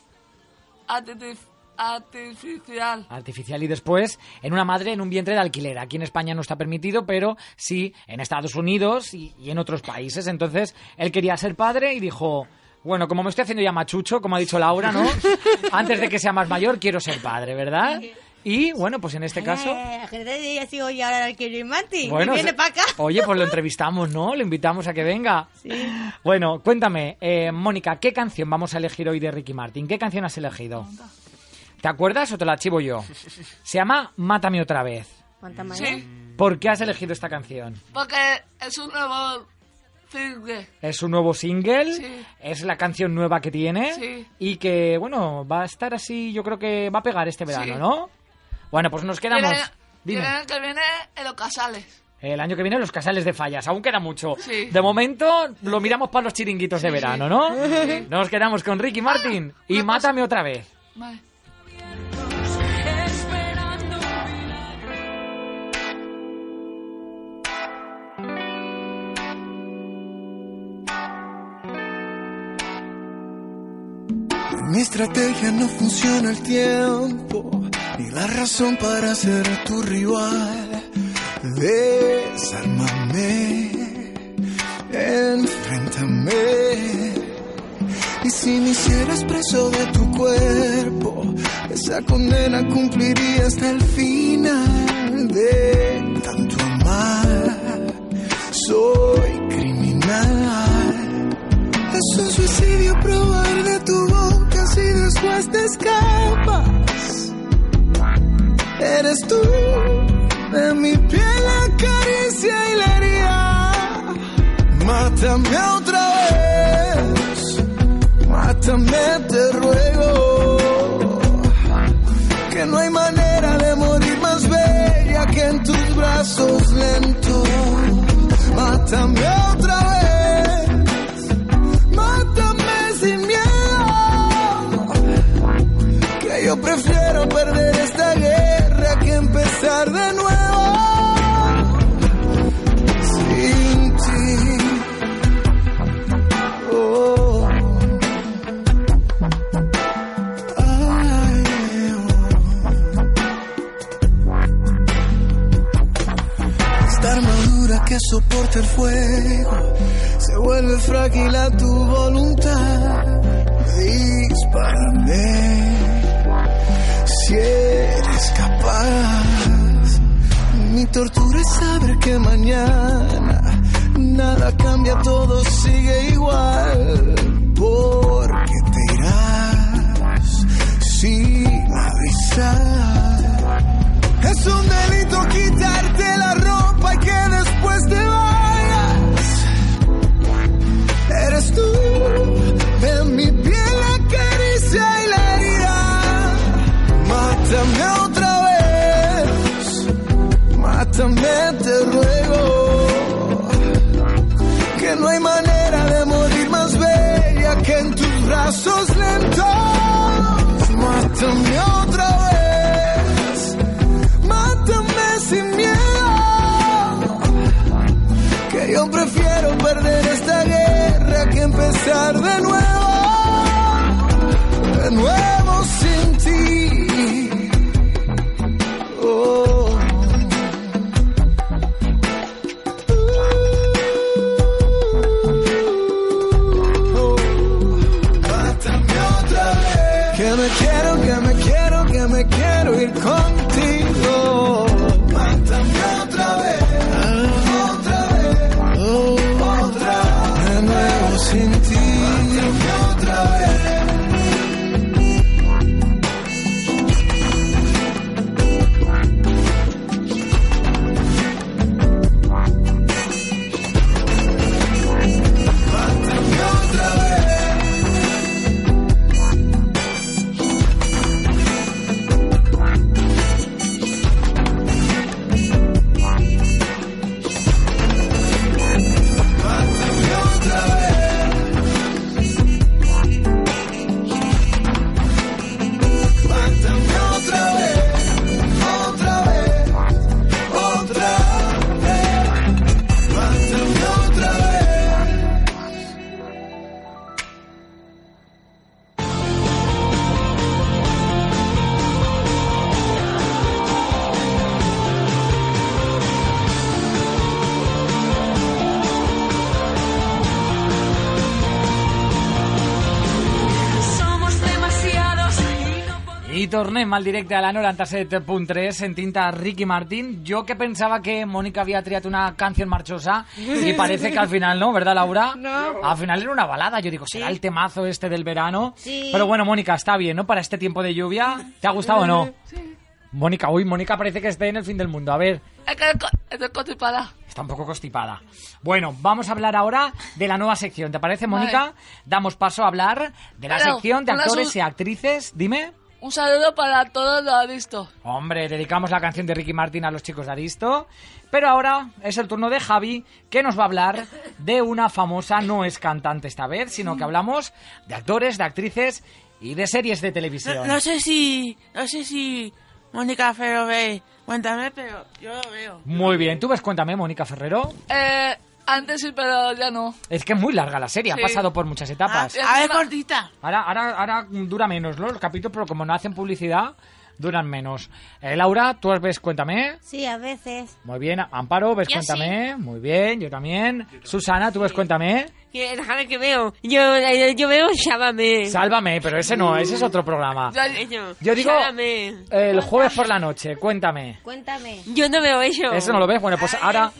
Speaker 2: artifici- artificial.
Speaker 1: Artificial y después en una madre en un vientre de alquiler. Aquí en España no está permitido, pero sí en Estados Unidos y, y en otros países. Entonces él quería ser padre y dijo, bueno, como me estoy haciendo ya machucho, como ha dicho Laura, ¿no? Antes de que sea más mayor quiero ser padre, ¿verdad? Y bueno, pues en este caso...
Speaker 6: Eh, la gente diría así, oye, ahora el Kiri Martin.
Speaker 1: Bueno,
Speaker 6: y viene
Speaker 1: se-
Speaker 6: para acá.
Speaker 1: Oye, pues lo entrevistamos, ¿no? Lo invitamos a que venga. Bueno, cuéntame, eh, Mónica, ¿qué canción vamos a elegir hoy de Ricky Martin? ¿Qué canción has elegido? ¿Te acuerdas o te la archivo yo? Se llama Mátame otra vez.
Speaker 6: ¿Cuánta manera?
Speaker 2: Sí,
Speaker 1: ¿Por qué has elegido esta canción?
Speaker 2: porque es un nuevo single.
Speaker 1: Es un nuevo single,
Speaker 2: Sí.
Speaker 1: es la canción nueva que tiene
Speaker 2: Sí.
Speaker 1: y que, bueno, va a estar así, yo creo que va a pegar este verano,
Speaker 2: Sí.
Speaker 1: ¿no? Bueno, pues nos
Speaker 2: Y el
Speaker 1: quedamos.
Speaker 2: año- y
Speaker 1: Dime.
Speaker 2: el año que viene en los casales.
Speaker 1: El año que viene los casales de fallas, aún queda mucho.
Speaker 2: Sí.
Speaker 1: De momento lo miramos para los chiringuitos de verano, ¿no? Nos quedamos con Ricky Martin y Mátame otra vez.
Speaker 2: Vale.
Speaker 8: Mi estrategia no funciona el tiempo, ni la razón para ser tu rival. Desármame, enfréntame. Y si me hicieras preso de tu cuerpo, esa condena cumpliría hasta el final de tanto amar. Soy criminal. Es un suicidio probar de tu boca si después te escapas. Eres tú de mi piel la caricia y la herida. Mátame otra vez, mátame te ruego. Que no hay manera de morir más bella que en tus brazos lentos. Mátame otra vez. Mátame sin miedo. Que yo prefiero perder esta guerra que empezar de nuevo. Sin ti. Oh. Ay, oh. Esta armadura que soporta el fuego se vuelve frágil a tu voluntad. Dispárame si eres capaz. Mi tortura es saber que mañana nada cambia, todo sigue igual. Porque te irás sin avisar. Es un delito quitarte la ropa y que después te vayas. Eres tú en mi piel la caricia y la herida. Mátame otra vez, mátame te ruego. Que no hay manera de morir más bella que en tus brazos lentos. Mátame otra vez, mátame sin miedo. Que yo prefiero perder esta guerra que empezar de nuevo, de nuevo sin ti. Oh. Oh. Mátame otra vez. Que me quiero, que me quiero, que me quiero ir contigo. Mátame otra vez, otra vez, otra de nuevo sin ti. Mátame otra vez.
Speaker 9: Somos demasiados y no
Speaker 1: I tornem al directe a la 97.3 sentint a Ricky Martín. Jo que pensava que Mònica havia triat una canció marchosa y parece que al final no, ¿verdad, Laura?
Speaker 6: *laughs* No.
Speaker 1: Al final era una balada. Yo digo, será el temazo este del verano.
Speaker 6: Sí.
Speaker 1: Pero bueno, Mónica, está bien, ¿no? Para este tiempo de lluvia. ¿Te ha gustado o no? Mónica, uy, Mónica parece que esté en el fin del mundo. A ver,
Speaker 2: Es que estoy- estoy constipada.
Speaker 1: Está un poco constipada. Bueno, vamos a hablar ahora de la nueva sección. ¿Te parece, Mónica? Damos paso a hablar de la
Speaker 2: Claro,
Speaker 1: sección de
Speaker 2: una
Speaker 1: actores
Speaker 2: sus-
Speaker 1: y actrices. Dime.
Speaker 2: Un saludo para todos los adictos.
Speaker 1: Hombre, dedicamos la canción de Ricky Martin a los chicos de Aristo. Pero ahora es el turno de Javi, que nos va a hablar de una famosa, no es cantante esta vez, sino que hablamos de actores, de actrices y de series de
Speaker 4: No,
Speaker 1: televisión.
Speaker 4: no sé si, no sé si Mónica Ferro ve, cuéntame, pero yo lo veo.
Speaker 1: Muy bien, tú ves, cuéntame, Mónica Ferrero.
Speaker 2: Eh, Antes sí, pero ya no.
Speaker 1: Es que es muy larga la serie,
Speaker 3: Sí.
Speaker 1: ha pasado por muchas etapas.
Speaker 2: Ah,
Speaker 4: A ver, cortita.
Speaker 1: Ahora, ahora, ahora dura menos ¿no? los capítulos, pero como no hacen publicidad, duran menos. Eh, Laura, tú ves Cuéntame.
Speaker 6: Sí, a veces.
Speaker 1: Muy bien. Amparo, ves
Speaker 5: Yo
Speaker 1: Cuéntame. Muy bien, yo también. Susana, tú ves Cuéntame.
Speaker 3: Que- Déjame que veo. Yo, eh, yo veo Llámame.
Speaker 1: Sálvame, pero ese no, ese es otro programa.
Speaker 2: Ya-
Speaker 3: Eso.
Speaker 1: Yo digo-
Speaker 3: Llámame.
Speaker 1: El jueves por la noche, Cuéntame.
Speaker 6: Cuéntame.
Speaker 3: Yo no veo eso.
Speaker 1: ¿Eso no lo ves? Bueno, pues ahora,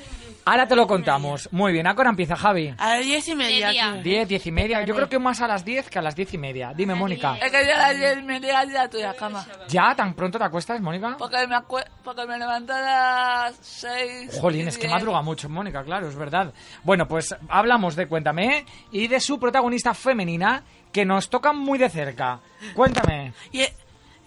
Speaker 1: ahora te lo contamos. Muy bien, ahora empieza Javi?
Speaker 4: A las diez y media.
Speaker 5: día.
Speaker 4: tío.
Speaker 1: 10, 10 y media. Yo creo que más a las 10 que a las 10 y media. Dime, Mónica.
Speaker 2: Es que ya ayer me llega ya estoy a cama.
Speaker 1: ¿Ya tan pronto te acuestas, Mónica?
Speaker 2: Porque me, acue- porque me levanto a las seis.
Speaker 1: Jolín,
Speaker 2: y
Speaker 1: es que
Speaker 2: diez.
Speaker 1: madruga mucho, Mónica, claro, es verdad. Bueno, pues hablamos de Cuéntame y de su protagonista femenina que nos toca muy de cerca. Cuéntame,
Speaker 4: Y es,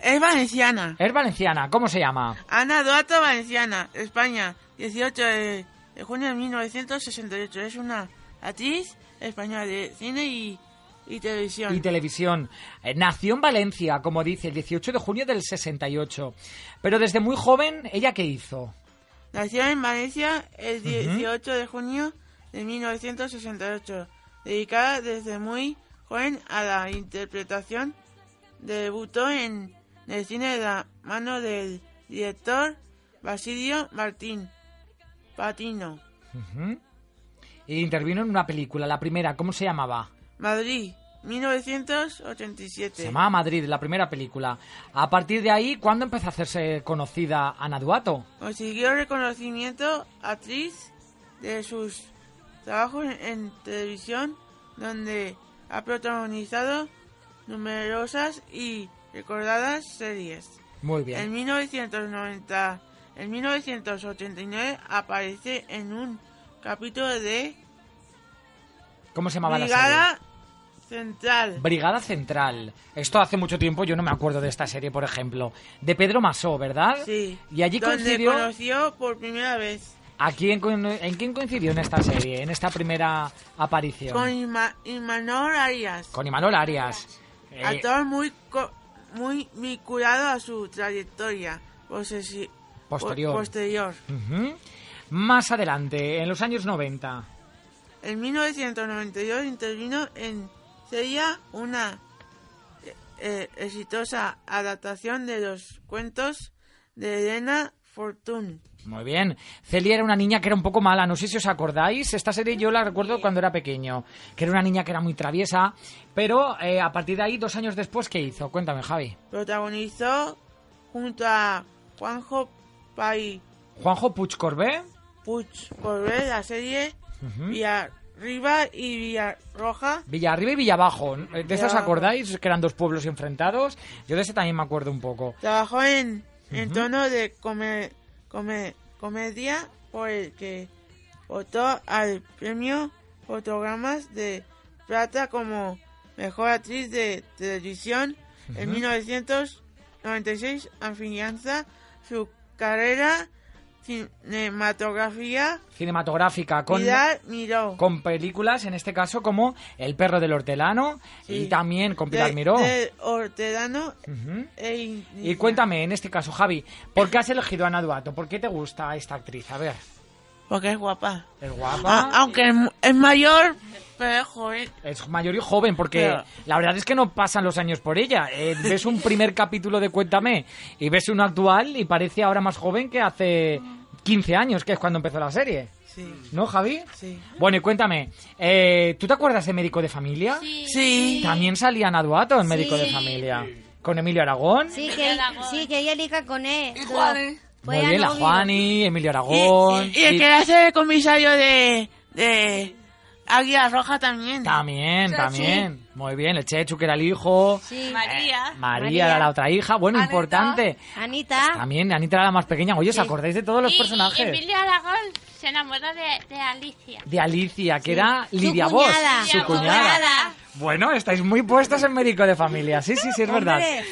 Speaker 4: es valenciana.
Speaker 1: es valenciana, ¿cómo se llama?
Speaker 4: Ana Duato Valenciana, España, 18 de, de junio de 1968. Es una actriz española de cine y, y televisión.
Speaker 1: Y televisión. Eh, Nació en Valencia, como dice, el 18 de junio del 68. Pero desde muy joven, ¿ella qué hizo?
Speaker 4: Nació en Valencia el 18 de junio de 1968, dedicada desde muy joven a la interpretación. Debutó en el cine de la mano del director Basilio Martín Patino.
Speaker 1: Ujú. E intervino en una película, la primera, ¿cómo se llamaba?
Speaker 4: Madrid, 1987.
Speaker 1: Se llamaba Madrid, la primera película. A partir de ahí, ¿cuándo empezó a hacerse conocida Ana Duato?
Speaker 4: Consiguió reconocimiento actriz de sus trabajos en televisión, donde ha protagonizado numerosas y recordadas series.
Speaker 1: Muy bien.
Speaker 4: En 1990, en 1989 aparece en un capítulo de
Speaker 1: ¿Cómo se llamaba la serie?
Speaker 4: Brigada Central.
Speaker 1: Brigada Central. Esto hace mucho tiempo, yo no me acuerdo de esta serie, por ejemplo. De Pedro Masó, ¿verdad?
Speaker 4: Sí.
Speaker 1: Y allí
Speaker 4: donde
Speaker 1: coincidió...
Speaker 4: conoció por primera vez
Speaker 1: ¿A quién, con- ¿En quién coincidió en esta serie, en esta primera aparición?
Speaker 4: con Ima- Imanol Arias.
Speaker 1: Con Imanol Arias. Eh,
Speaker 4: actor muy co- muy vinculado a su trayectoria posesi-
Speaker 1: Posterior. Mm.
Speaker 4: po- posterior.
Speaker 1: ujú. Más adelante, en los años 90.
Speaker 4: En 1992 intervino en Sería una eh, eh, exitosa adaptación de los cuentos de Elena Fortune.
Speaker 1: Muy bien. Celia era una niña que era un poco mala, no sé si os acordáis. Esta serie yo la recuerdo cuando era pequeño, que era una niña que era muy traviesa, pero eh, a partir de ahí, dos años después, ¿qué hizo? Cuéntame, Javi.
Speaker 4: Protagonizó junto a Juanjo Pai
Speaker 1: Juanjo Puig Corbé.
Speaker 4: Puch por ver la serie
Speaker 1: Ujú.
Speaker 4: Villarriba y Villarroja
Speaker 1: Villarriba y Villabajo. Eh, ¿De eso os
Speaker 4: Villabajo.
Speaker 1: acordáis? Que eran dos pueblos enfrentados. Yo de ese también me acuerdo un poco.
Speaker 4: Trabajó en, en tono de come- come- comedia por el que votó al premio Fotogramas de Plata como mejor actriz de televisión en 1996. Afianza su carrera cinematografía.
Speaker 1: Cinematográfica con,
Speaker 4: Pilar Miró.
Speaker 1: con películas, en este caso como El perro del hortelano
Speaker 4: Sí.
Speaker 1: y también con Pilar
Speaker 4: de-
Speaker 1: Miró.
Speaker 4: de Hortelano
Speaker 1: Ujú.
Speaker 4: e
Speaker 1: Y
Speaker 4: Indígena.
Speaker 1: cuéntame, en este caso, Javi, ¿por qué has elegido a Ana Duato? ¿Por qué te gusta esta actriz? A ver,
Speaker 4: Porque es guapa.
Speaker 1: es guapa,
Speaker 4: Ah, aunque es mu- es mayor, pero es joven.
Speaker 1: es mayor y joven, porque
Speaker 4: Claro.
Speaker 1: la verdad es que no pasan los años por ella. Eh, ves un primer *laughs* capítulo de Cuéntame y ves uno actual y parece ahora más joven que hace 15 años, que es cuando empezó la serie.
Speaker 4: Sí.
Speaker 1: ¿No, Javi?
Speaker 4: Sí.
Speaker 1: Bueno, y cuéntame, eh, ¿tú te acuerdas de Médico de Familia?
Speaker 4: Sí.
Speaker 1: También salía Ana Duato en Médico de
Speaker 6: Sí.
Speaker 1: Familia. Con Emilio Aragón.
Speaker 6: Sí, que, sí, que ella liga con él.
Speaker 2: Y Juani.
Speaker 6: Pues
Speaker 1: Muy
Speaker 6: ya
Speaker 1: bien, la
Speaker 6: no vi.
Speaker 1: Juani, Emilio Aragón.
Speaker 4: Y, y el que hace el comisario de, de Águila Roja también.
Speaker 1: También, también. Muy bien, el Chechu, que era el hijo. Eh,
Speaker 6: Sí.
Speaker 5: María.
Speaker 1: María,
Speaker 6: María.
Speaker 1: era la otra hija. Bueno,
Speaker 2: Anita.
Speaker 1: importante.
Speaker 6: Anita.
Speaker 1: También, Anita era la más pequeña. Oye, ¿os
Speaker 6: Sí.
Speaker 1: acordáis de todos los
Speaker 5: Y- Y
Speaker 1: personajes?
Speaker 5: Emilio Aragón se enamora de, de Alicia.
Speaker 1: De Alicia, que era
Speaker 6: Su
Speaker 1: Lidia Bosch,
Speaker 6: cuñada.
Speaker 1: su
Speaker 5: Lidia Bosch.
Speaker 1: cuñada. Bueno, estáis muy puestos en médico de familia. Sí, sí, sí, es verdad.
Speaker 6: Hombre,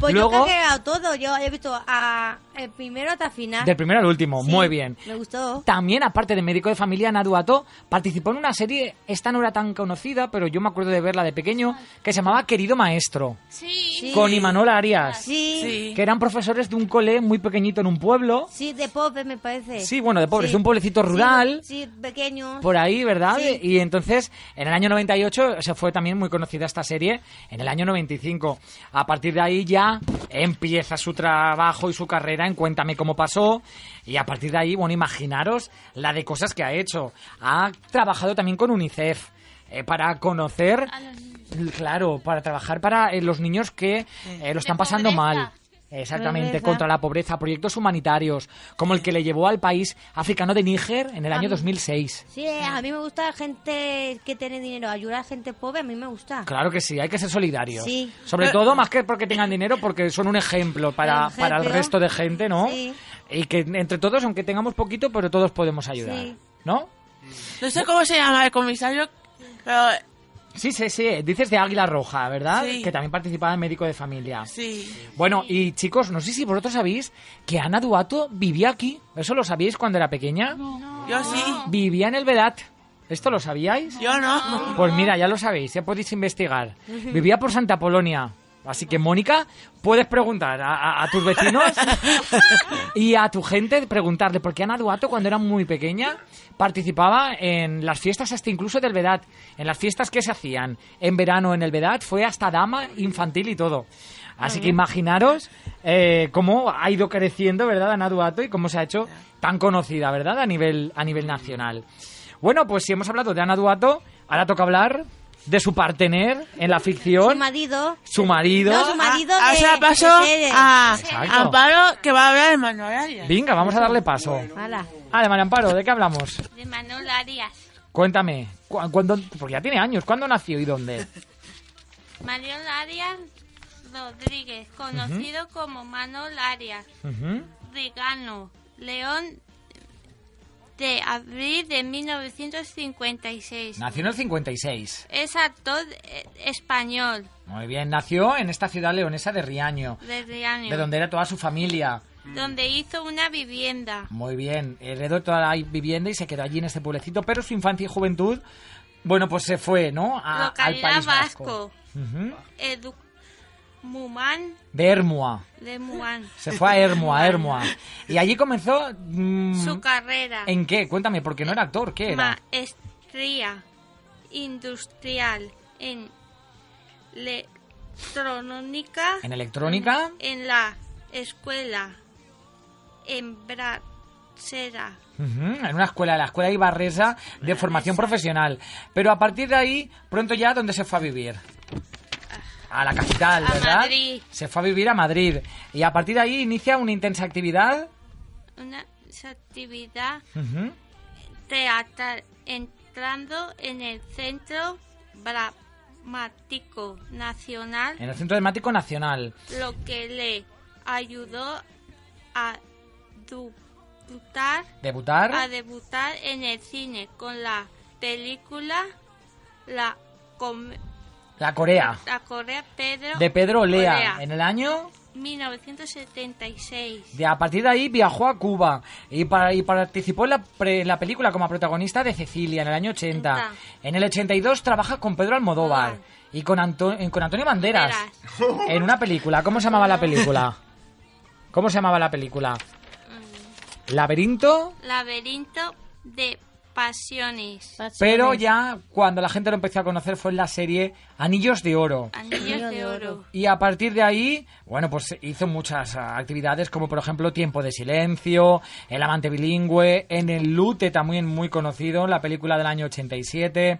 Speaker 6: Pues
Speaker 1: Luego-
Speaker 6: yo creo que he llegado todo. Yo he visto a El primero hasta final.
Speaker 1: Del primero al último,
Speaker 6: Sí,
Speaker 1: muy bien.
Speaker 6: Me gustó.
Speaker 1: También, aparte de médico de familia, Nadu Ató participó en una serie, esta no era tan conocida, pero yo me acuerdo de verla de pequeño, que se llamaba Querido Maestro,
Speaker 5: Sí.
Speaker 1: con Imanol Arias,
Speaker 6: Sí.
Speaker 2: Sí.
Speaker 1: que eran profesores de un cole muy pequeñito en un pueblo.
Speaker 6: Sí, de pobre me parece.
Speaker 1: Sí, bueno, de pobres, de un pueblecito rural.
Speaker 6: Sí, pequeño.
Speaker 1: por ahí, ¿verdad?
Speaker 6: Sí.
Speaker 1: Y entonces, en el año 98 se fue también muy conocida esta serie, en el año 95. A partir de ahí ya empieza su trabajo y su carrera en Cuéntame cómo pasó. Y a partir de ahí, bueno, imaginaros la de cosas que ha hecho. Ha trabajado también con UNICEF eh, para conocer...
Speaker 5: A los niños.
Speaker 1: Claro, para trabajar para eh, los niños que eh, lo están pasando
Speaker 5: pobreza.
Speaker 1: mal. Exactamente,
Speaker 6: Pobreza.
Speaker 1: contra la pobreza, proyectos humanitarios, como el que le llevó al país africano de Níger en el año
Speaker 6: mí-
Speaker 1: 2006.
Speaker 6: Sí, a mí me gusta la gente que tiene dinero. Ayudar a gente pobre a mí me gusta.
Speaker 1: Claro que sí, hay que ser solidarios.
Speaker 6: Sí.
Speaker 1: Sobre todo, más que porque tengan dinero, porque son un ejemplo para,
Speaker 6: Un
Speaker 1: para el
Speaker 6: ejemplo.
Speaker 1: resto de gente, ¿no?
Speaker 6: Sí.
Speaker 1: Y que entre todos, aunque tengamos poquito, pero todos podemos ayudar,
Speaker 6: Sí.
Speaker 1: ¿no?
Speaker 4: No sé cómo se llama el comisario, pero
Speaker 1: Sí, sí, sí. Dices de Águila Roja, ¿verdad?
Speaker 4: Sí.
Speaker 1: Que también participaba en Médico de Familia.
Speaker 4: sí.
Speaker 1: Bueno, y chicos, no sé si vosotros sabéis que Ana Duato vivía aquí. ¿Eso lo sabíais cuando era pequeña?
Speaker 4: Yo
Speaker 6: Ah.
Speaker 4: sí.
Speaker 1: Vivía en el Vedat. ¿Esto lo sabíais?
Speaker 4: Yo
Speaker 6: Ah.
Speaker 4: no.
Speaker 1: Pues mira, ya lo sabéis, ya podéis investigar. Vivía por Santa Polonia. Así que, Mónica, puedes preguntar a, a- a tus vecinos y a tu gente, preguntarle, porque Ana Duato, cuando era muy pequeña, participaba en las fiestas hasta incluso del Vedat, en las fiestas que se hacían en verano en el Vedat, fue hasta dama infantil y todo. Así que imaginaros eh, cómo ha ido creciendo, ¿verdad, Ana Duato? Y cómo se ha hecho tan conocida, ¿verdad?, a nivel, a nivel nacional. Bueno, pues si hemos hablado de Ana Duato, ahora toca hablar de su partener en la
Speaker 6: Su
Speaker 1: ficción,
Speaker 6: marido.
Speaker 1: su marido.
Speaker 6: No, su marido
Speaker 4: Ah,
Speaker 6: de-
Speaker 4: Ahora paso
Speaker 6: de Jerez.
Speaker 4: a
Speaker 1: Exacto.
Speaker 4: Amparo, que va a hablar de Manuel Arias.
Speaker 1: Venga, vamos a darle paso.
Speaker 6: Hala.
Speaker 1: Ah, de María Amparo, ¿de qué hablamos?
Speaker 5: De Manuel Arias.
Speaker 1: Cuéntame, ¿cu- ¿cuándo? Porque ya tiene años, ¿cuándo nació y dónde?
Speaker 5: Manuel Arias Rodríguez, conocido como Manuel Arias.
Speaker 1: Ujú.
Speaker 5: Rigano, León de abril de 1956.
Speaker 1: Nació en el 56.
Speaker 5: Es actor eh, español
Speaker 1: Muy bien, nació en esta ciudad leonesa de Riaño,
Speaker 5: de Riaño,
Speaker 1: de donde era toda su familia.
Speaker 5: donde hizo una vivienda.
Speaker 1: Muy bien, heredó toda la vivienda y se quedó allí en este pueblecito, pero su infancia y juventud, bueno, pues se fue, ¿no? A- al
Speaker 5: localidad
Speaker 1: País Vasco.
Speaker 5: vasco.
Speaker 1: Ujú.
Speaker 5: Edu- Mumán
Speaker 1: De Hermua.
Speaker 5: de Mumán.
Speaker 1: Se fue a Hermoa, a
Speaker 5: *laughs*
Speaker 1: Hermoa. Y allí comenzó... mm,
Speaker 5: Su carrera.
Speaker 1: ¿En qué? Cuéntame, porque no era actor, ¿qué era?
Speaker 5: Maestría industrial en electrónica.
Speaker 1: ¿En electrónica?
Speaker 5: En la escuela. En Bracera.
Speaker 1: Ujú, en una escuela, la escuela Ibarresa de formación profesional. Pero a partir de ahí, pronto ya, ¿dónde se fue a vivir? A la capital,
Speaker 5: Ah. A
Speaker 1: ¿verdad?
Speaker 5: Madrid.
Speaker 1: Se fue a vivir a Madrid. Y a partir de ahí inicia una intensa actividad.
Speaker 5: Una actividad
Speaker 1: Ujú.
Speaker 5: teatral. Entrando en el Centro Dramático Nacional.
Speaker 1: En el Centro Dramático Nacional.
Speaker 5: lo que le ayudó a debutar,
Speaker 1: Debutar.
Speaker 5: a debutar en el cine con la película La, Com-
Speaker 1: La Corea.
Speaker 5: la Corea Pedro
Speaker 1: De Pedro Olea.
Speaker 5: Olea,
Speaker 1: En el año.
Speaker 5: 1976.
Speaker 1: De, a partir de ahí viajó a Cuba y, para, y participó en la, pre- en la película como protagonista de Cecilia en el año 80.
Speaker 5: Anda.
Speaker 1: En el 82 trabaja con Pedro Almodóvar
Speaker 5: Almodóvar.
Speaker 1: y con, Anto- en- con Antonio Banderas en una película. ¿Cómo se llamaba la película? ¿Cómo se llamaba la película? Laberinto,
Speaker 5: Laberinto de Pasiones.
Speaker 1: pero ya cuando la gente lo empezó a conocer fue en la serie Anillos de Oro.
Speaker 5: Anillos de oro.
Speaker 1: Y a partir de ahí, bueno, pues hizo muchas ah, actividades como por ejemplo Tiempo de Silencio, El Amante Bilingüe, en El Lute también muy conocido, la película del año 87,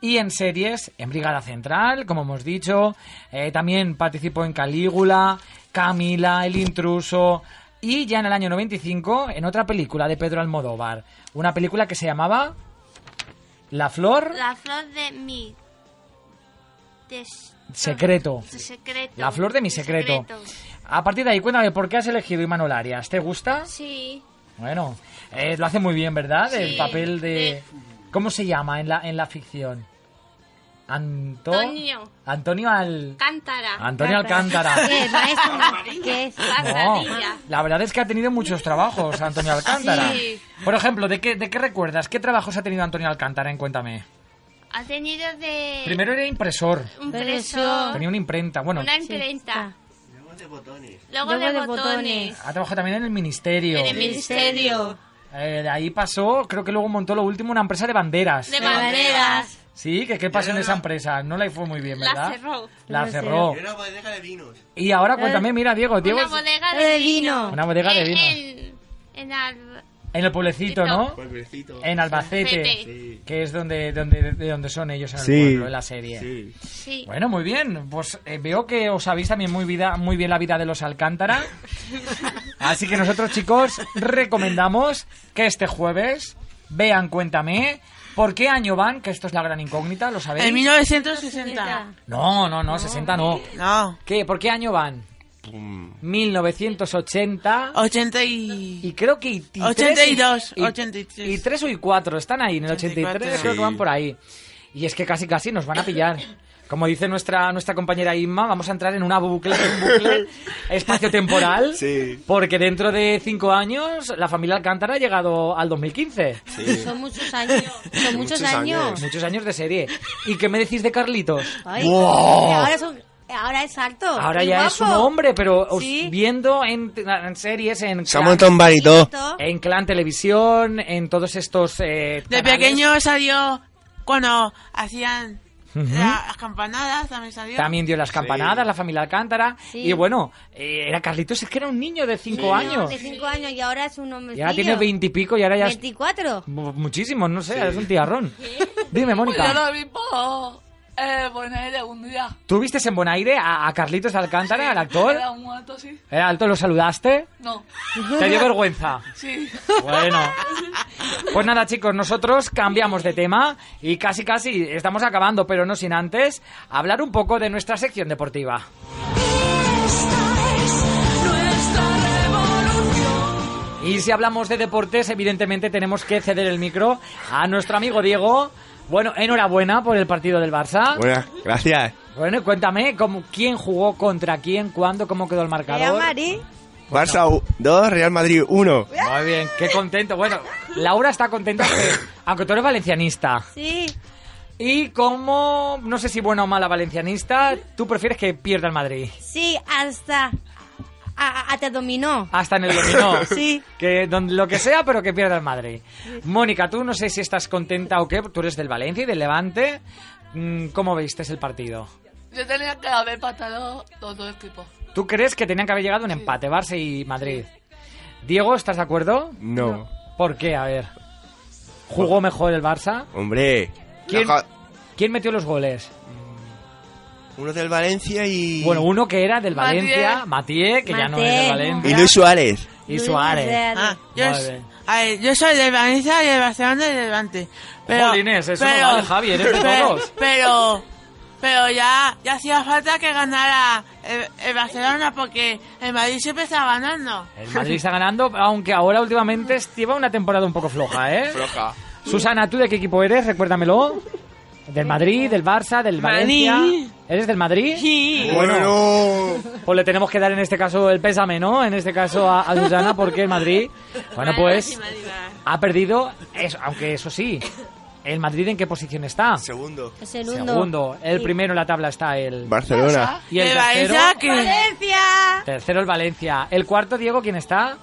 Speaker 1: y en series, en Brigada Central, como hemos dicho, eh, también participó en Calígula, Camila, El Intruso, y ya en el año 95 en otra película de Pedro Almodóvar, una película que se llamaba La Flor
Speaker 5: La flor de mi des-
Speaker 1: Secreto.
Speaker 5: secreto.
Speaker 1: La flor de mi secreto. A partir de ahí, cuéntame, ¿por qué has elegido Imanol Arias? ¿Te gusta?
Speaker 5: Sí.
Speaker 1: Bueno, eh, lo hace muy bien, ¿verdad? El
Speaker 5: Sí,
Speaker 1: papel de...
Speaker 5: de-
Speaker 1: ¿Cómo se llama en la, en la ficción? Anto-
Speaker 5: Antonio.
Speaker 1: Antonio al...
Speaker 5: Cántara.
Speaker 1: Antonio
Speaker 6: *laughs*
Speaker 1: Alcántara. *laughs*
Speaker 6: ¿Qué es, Eh, maestro? ¿Qué es?
Speaker 1: No,
Speaker 5: Pasadilla.
Speaker 1: la verdad es que ha tenido muchos trabajos Antonio Alcántara.
Speaker 5: Sí.
Speaker 1: Por ejemplo, ¿de qué, ¿de qué recuerdas? ¿Qué trabajos ha tenido Antonio Alcántara? En Cuéntame.
Speaker 5: Ha tenido de...
Speaker 1: Primero era impresor.
Speaker 5: Un preso.
Speaker 1: Tenía una imprenta. Bueno,
Speaker 5: Una imprenta.
Speaker 3: Luego
Speaker 5: Luego de botones. Luego
Speaker 3: de
Speaker 5: de botones.
Speaker 1: ha trabajado también en el ministerio.
Speaker 5: En el ministerio.
Speaker 1: Eh, de ahí pasó, creo que luego montó lo último, una empresa de banderas.
Speaker 5: De banderas.
Speaker 1: Sí, que qué pasó en esa empresa. No la fue muy bien, ¿verdad?
Speaker 5: La cerró.
Speaker 1: La cerró.
Speaker 7: Yo era bodega de vinos.
Speaker 1: Y ahora cuéntame, mira, Diego. Diego
Speaker 5: Una bodega de vino.
Speaker 1: Una bodega de
Speaker 5: En-
Speaker 1: vino.
Speaker 5: En, en Alba-
Speaker 1: En el pueblecito, ¿no?
Speaker 7: Pueblecito.
Speaker 1: En Albacete,
Speaker 5: Sí.
Speaker 1: que es donde, donde, de donde son ellos en el
Speaker 7: Sí.
Speaker 1: pueblo, en la serie.
Speaker 7: Sí.
Speaker 5: Sí.
Speaker 1: Bueno, muy bien. Pues eh, veo que os sabéis también muy, vida, muy bien la vida de los Alcántara. Así que nosotros, chicos, recomendamos que este jueves vean Cuéntame. ¿Por qué año van? Que esto es la gran incógnita, ¿lo sabéis?
Speaker 4: En 1960.
Speaker 1: No, no, no, 60 no.
Speaker 4: No.
Speaker 1: ¿Qué? ¿Por qué año van? 1980
Speaker 4: 80 y...
Speaker 1: y creo que... y- y tres
Speaker 4: 82,
Speaker 1: y-
Speaker 4: 83.
Speaker 1: Y 3 y 4, están ahí, en el 83 creo que van por ahí. Y es que casi casi nos van a pillar. Como dice nuestra, nuestra compañera Inma, vamos a entrar en una bucle, un
Speaker 7: *laughs*
Speaker 1: bucle espacio-temporal,
Speaker 7: Sí.
Speaker 1: porque dentro de 5 años la familia Alcántara ha llegado al 2015.
Speaker 6: Son muchos años. Son muchos,
Speaker 7: Muchos
Speaker 6: años.
Speaker 7: años.
Speaker 1: Muchos años de serie. ¿Y qué me decís de Carlitos?
Speaker 6: Ay, y ahora, es un- ahora es alto.
Speaker 1: Ahora
Speaker 6: y
Speaker 1: ya es un
Speaker 6: Oh, guapo.
Speaker 1: hombre, pero os-
Speaker 6: Sí.
Speaker 1: viendo en, en series, en
Speaker 7: Se ha
Speaker 1: clan,
Speaker 7: montado un baritón.
Speaker 6: Alto.
Speaker 1: en Clan Televisión, en todos estos... eh,
Speaker 4: De
Speaker 1: canales,
Speaker 4: pequeño salió cuando hacían
Speaker 1: Ujú.
Speaker 4: las campanadas, también salió.
Speaker 1: También dio las campanadas, la familia Alcántara.
Speaker 6: Sí.
Speaker 1: Y bueno, eh, era Carlitos, es que era un niño de 5 años.
Speaker 6: De 5 años y ahora es un hombre.
Speaker 1: Y ahora tiene 20 y pico y ahora ya es
Speaker 6: 24.
Speaker 1: mu- muchísimo, no sé, es un tiarrón. Dime,
Speaker 2: Yo
Speaker 1: Mónica,
Speaker 2: lo vi por eh, ponerle un día.
Speaker 1: ¿tú viste en Bonaire a, a Carlitos Alcántara, al actor?
Speaker 2: Era un muerto, sí.
Speaker 1: Era alto, lo saludaste.
Speaker 2: No,
Speaker 1: Te dio vergüenza.
Speaker 2: sí.
Speaker 1: Bueno. Pues nada, chicos, nosotros cambiamos de tema y casi casi estamos acabando, pero no sin antes hablar un poco de nuestra sección deportiva. Y si hablamos de deportes, evidentemente tenemos que ceder el micro a nuestro amigo Diego. Bueno, enhorabuena por el partido del Barça.
Speaker 7: Buenas, gracias.
Speaker 1: Bueno, y cuéntame cómo, quién jugó contra quién, cuándo, cómo quedó el marcador.
Speaker 7: Barça 2, Real Madrid 1.
Speaker 1: Muy bien, qué contento. Bueno, Laura está contenta, que- aunque tú eres valencianista.
Speaker 6: Sí.
Speaker 1: Y como, no sé si buena o mala valencianista, tú prefieres que pierda el Madrid.
Speaker 6: Sí, hasta. a- a- hasta dominó.
Speaker 1: Hasta en el dominó.
Speaker 6: Sí.
Speaker 1: Que don- lo que sea, pero que pierda el Madrid. Mónica, tú no sé si estás contenta o qué, tú eres del Valencia y del Levante. Mm, ¿Cómo viste el partido?
Speaker 2: Yo tenía que haber patado los dos equipos.
Speaker 1: ¿Tú crees que tenían que haber llegado un empate, Barça y Madrid? Diego, ¿estás de acuerdo?
Speaker 7: No.
Speaker 1: ¿Por qué? A ver. ¿Jugó mejor el Barça?
Speaker 7: Hombre.
Speaker 1: ¿Quién?
Speaker 7: Ajá.
Speaker 1: ¿Quién metió los goles?
Speaker 7: Uno del Valencia y.
Speaker 1: Bueno, uno que era del
Speaker 2: Matié.
Speaker 1: Valencia, Matié, que ya no es del
Speaker 6: Matié.
Speaker 1: Valencia.
Speaker 7: y Luis Suárez.
Speaker 1: y Suárez.
Speaker 4: Ah, yo,
Speaker 1: Muy
Speaker 4: s-
Speaker 1: bien.
Speaker 4: a ver, yo soy del Valencia y del Barcelona y del Levante. Pero,
Speaker 1: Jolines, eso no vale, Javi, eres de
Speaker 4: pero,
Speaker 1: todos.
Speaker 4: Pero, pero ya, ya hacía falta que ganara el, el Barcelona porque el Madrid siempre está ganando.
Speaker 1: El Madrid está ganando, aunque ahora últimamente lleva una temporada un poco floja, ¿eh?
Speaker 7: Floja.
Speaker 1: Susana, ¿tú de qué equipo eres? Recuérdamelo. ¿Del Madrid, del Barça, del
Speaker 3: Madrid.
Speaker 1: Valencia? ¿Eres del Madrid?
Speaker 7: Bueno, no.
Speaker 1: Pues le tenemos que dar en este caso el pésame, ¿no? En este caso a, a Susana, porque el Madrid, bueno, pues ha perdido, eso, aunque eso sí, ¿el Madrid en qué posición está?
Speaker 7: Segundo.
Speaker 6: El segundo.
Speaker 1: Segundo. El
Speaker 6: Sí.
Speaker 1: primero en la tabla está el...
Speaker 7: Barcelona.
Speaker 1: Y el tercero,
Speaker 4: Valencia que.
Speaker 6: Valencia.
Speaker 1: tercero el Valencia. El cuarto, Diego, ¿quién está?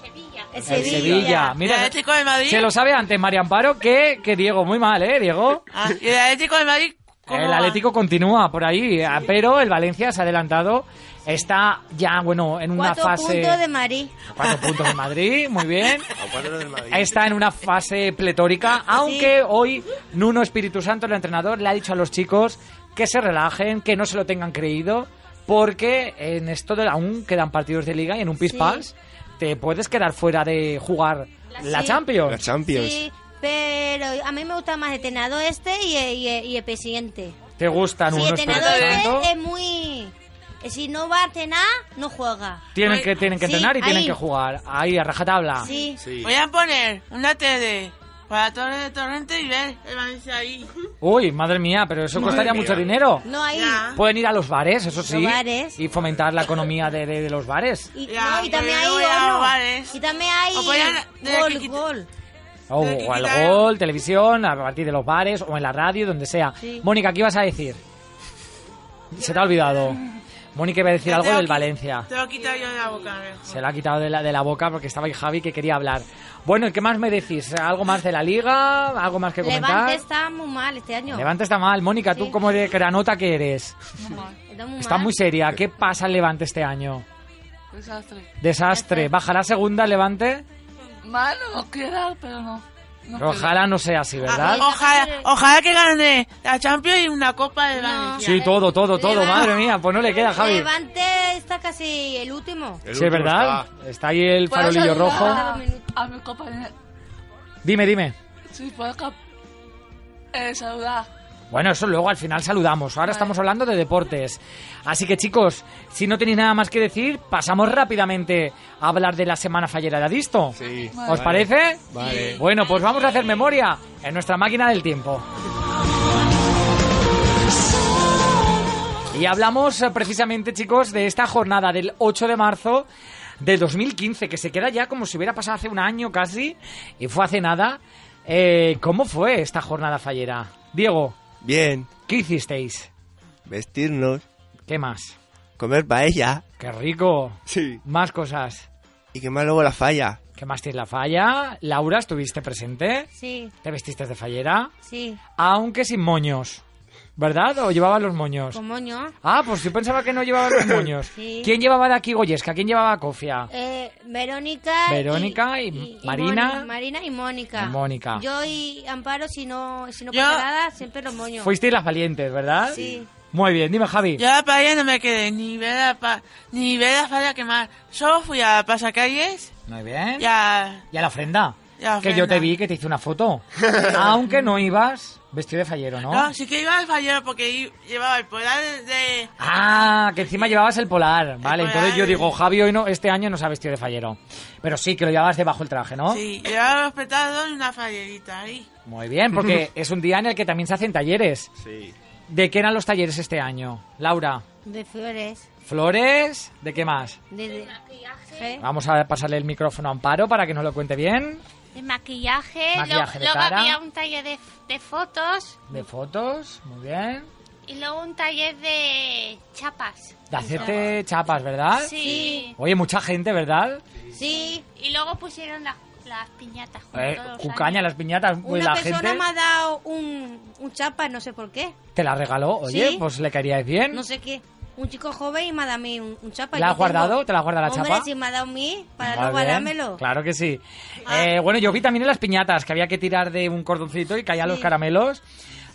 Speaker 5: Sevilla.
Speaker 6: El
Speaker 1: El
Speaker 6: Sevilla.
Speaker 1: Sevilla.
Speaker 4: Mira, el
Speaker 1: Mira,
Speaker 4: Atlético de Madrid.
Speaker 1: se lo sabe antes María Amparo que, que Diego. Muy mal, ¿eh, Diego?
Speaker 4: Ah, y el Atlético de Madrid. ¿cómo
Speaker 1: El
Speaker 4: va?
Speaker 1: Atlético continúa por ahí, ah, pero el Valencia se ha adelantado. Está ya, bueno, en una
Speaker 6: Cuatro
Speaker 1: fase...
Speaker 6: puntos de Madrid.
Speaker 1: Cuatro puntos de Madrid, muy bien.
Speaker 7: A cuatro del Madrid.
Speaker 1: Está en una fase pletórica, aunque hoy Nuno Espíritu Santo, el entrenador, le ha dicho a los chicos que se relajen, que no se lo tengan creído, porque en esto de- aún quedan partidos de liga y en un pispás te puedes quedar fuera de jugar la
Speaker 6: Sí.
Speaker 7: La
Speaker 1: Champions.
Speaker 7: Champions.
Speaker 6: Sí, pero a mí me gusta más el tenado este y el, y el- y el presidente.
Speaker 1: ¿Te gusta
Speaker 6: Sí,
Speaker 1: Nuno
Speaker 6: el
Speaker 1: Espíritu
Speaker 6: tenado
Speaker 1: Santo?
Speaker 6: este es muy... eh, Si no va a tenar, no juega.
Speaker 1: Tienen que, tienen que
Speaker 6: Sí,
Speaker 1: entrenar y tienen
Speaker 6: ahí.
Speaker 1: que jugar. Ahí, a rajatabla.
Speaker 6: Sí.
Speaker 7: Sí.
Speaker 4: Voy a poner una tele para Torres de Torrente y ver el Valencia ahí.
Speaker 1: Uy, madre mía, pero eso
Speaker 4: Madre
Speaker 1: costaría
Speaker 4: mía.
Speaker 1: mucho dinero.
Speaker 4: No hay. Ya.
Speaker 1: Pueden ir a los bares, eso sí.
Speaker 6: bares.
Speaker 1: Y fomentar la economía de, de- de los bares.
Speaker 6: Y,
Speaker 4: Ya,
Speaker 6: no, y también hay
Speaker 4: pero ya
Speaker 6: horno.
Speaker 4: bares.
Speaker 6: Y también hay
Speaker 4: O podían- de
Speaker 6: gol,
Speaker 4: que quita-
Speaker 6: gol.
Speaker 1: O, o al gol, televisión, a partir de los bares o en la radio, donde sea.
Speaker 6: Sí.
Speaker 1: Mónica, ¿qué ibas a decir? Se te ha olvidado. Mónica iba a decir
Speaker 4: Yo
Speaker 1: algo
Speaker 4: tengo
Speaker 1: del
Speaker 4: que-
Speaker 1: Valencia.
Speaker 4: Te lo quito yo de la boca. mejor.
Speaker 1: Se la ha quitado de la, de la boca porque estaba ahí Javi que quería hablar. Bueno, ¿y qué más me decís? ¿Algo más de la liga? ¿Algo más que comentar?
Speaker 6: Levante está muy mal este año.
Speaker 1: Levante está mal. Mónica, ¿tú
Speaker 6: Sí.
Speaker 1: cómo de granota que eres?
Speaker 6: Está muy
Speaker 1: Está
Speaker 6: mal.
Speaker 1: muy seria. ¿Qué pasa al Levante este año?
Speaker 2: Desastre.
Speaker 1: Desastre. ¿Bajará segunda el Levante?
Speaker 2: Malo, no queda, pero no. no
Speaker 1: Pero Ojalá no sea así, ¿verdad?
Speaker 4: Ojalá, Ah, pues, ojalá que gane la Champions y una Copa de Valencia.
Speaker 1: Sí, todo, todo, todo. Madre mía, pues no le queda, Javi.
Speaker 6: Levante está casi el último.
Speaker 1: Sí, es ¿verdad? Está. ahí el
Speaker 2: ¿Puedo
Speaker 1: farolillo
Speaker 2: saludar
Speaker 1: rojo.
Speaker 2: A, a mi compañero.
Speaker 1: Dime, dime.
Speaker 2: Sí, puedo cap- eh, saludar.
Speaker 1: Bueno, eso luego al final saludamos. Ahora estamos hablando de deportes. Así que chicos, si no tenéis nada más que decir, pasamos rápidamente a hablar de la semana fallera de Adisto. Sí. ¿Os
Speaker 7: Vale.
Speaker 1: parece?
Speaker 7: Vale.
Speaker 1: Bueno, pues vamos a hacer memoria en nuestra máquina del tiempo. Y hablamos eh, precisamente, chicos, de esta jornada del 8 de marzo del 2015, que se queda ya como si hubiera pasado hace un año casi, y fue hace nada. Eh, ¿Cómo fue esta jornada fallera? Diego,
Speaker 7: Bien,
Speaker 1: ¿qué hicisteis?
Speaker 7: vestirnos,
Speaker 1: ¿Qué más?
Speaker 7: comer paella
Speaker 1: ¡Qué rico!
Speaker 7: Sí.
Speaker 1: Más cosas.
Speaker 7: y quemar luego la falla.
Speaker 1: ¿Qué más tienes la falla? Laura, ¿estuviste presente?
Speaker 6: Sí,
Speaker 1: ¿Te vestiste de fallera?
Speaker 6: sí.
Speaker 1: Aunque sin moños. ¿Verdad? ¿O llevabas los moños?
Speaker 6: Con moño.
Speaker 1: Ah, pues yo pensaba que no llevaba los moños.
Speaker 6: *laughs* Sí.
Speaker 1: ¿Quién llevaba de aquí Goyesca? ¿Quién llevaba Cofia?
Speaker 6: Eh, Verónica. y-
Speaker 1: Verónica y Marina.
Speaker 6: Moni- Marina y Mónica.
Speaker 1: Y Mónica.
Speaker 6: Yo y Amparo, si no, si no
Speaker 4: Yo-
Speaker 6: pasa nada, siempre los moños.
Speaker 1: Fuisteis las valientes, ¿verdad?
Speaker 6: Sí.
Speaker 1: Muy bien, dime Javi.
Speaker 4: Yo a la playa no me quedé, ni ver la, pa- ni ver la falla quemar. Solo fui a pasacalles
Speaker 1: Muy bien.
Speaker 4: y a...
Speaker 1: Y a la ofrenda.
Speaker 4: y a
Speaker 1: Que yo te
Speaker 4: ofrenda.
Speaker 1: vi que te hice una
Speaker 6: *laughs*
Speaker 1: foto. Aunque no ibas vestido de fallero, ¿no?
Speaker 6: Ah,
Speaker 4: No, sí que iba al fallero porque i- llevaba el polar de...
Speaker 1: Ah, que encima llevabas el polar. Vale,
Speaker 4: polar.
Speaker 1: entonces yo digo, Javi hoy no, este año no se ha vestido de fallero. Pero sí, que lo llevabas debajo el traje, ¿no?
Speaker 4: Sí, llevaba los petardos y una fallerita ahí.
Speaker 1: Muy bien, porque es un día en el que también se hacen talleres.
Speaker 7: Sí.
Speaker 1: ¿De qué eran los talleres este año? Laura,
Speaker 6: De flores.
Speaker 1: flores, ¿de qué más?
Speaker 6: De, de- ¿Eh?
Speaker 1: Vamos a pasarle el micrófono a Amparo para que nos lo cuente bien.
Speaker 5: De maquillaje,
Speaker 1: Maquillaje de
Speaker 5: luego,
Speaker 1: cara.
Speaker 5: había un taller de, de fotos
Speaker 1: De fotos, muy bien.
Speaker 5: y luego un taller de chapas.
Speaker 1: De hacerte chapas, ¿verdad?
Speaker 5: Sí.
Speaker 1: Oye, mucha gente, ¿verdad?
Speaker 6: Sí.
Speaker 5: Y luego pusieron las, las piñatas. como
Speaker 1: Eh,
Speaker 5: todos los
Speaker 1: cucaña, las piñatas, pues
Speaker 6: Una
Speaker 1: la
Speaker 6: persona
Speaker 1: gente
Speaker 6: me ha dado un, un chapa, no sé por qué.
Speaker 1: te la regaló. Oye,
Speaker 6: Sí.
Speaker 1: pues le caerías bien.
Speaker 6: No sé qué. Un chico joven y me ha dado a mí un, un chapa.
Speaker 1: ¿La
Speaker 6: yo
Speaker 1: has guardado?
Speaker 6: tengo-
Speaker 1: ¿Te la has guardado la
Speaker 6: Hombre,
Speaker 1: chapa?
Speaker 6: sí me ha dado a mí para
Speaker 1: Muy
Speaker 6: no
Speaker 1: bien,
Speaker 6: guardármelo.
Speaker 1: Claro que sí. Eh, bueno, yo vi también en las piñatas que había que tirar de un cordoncito y caían los caramelos.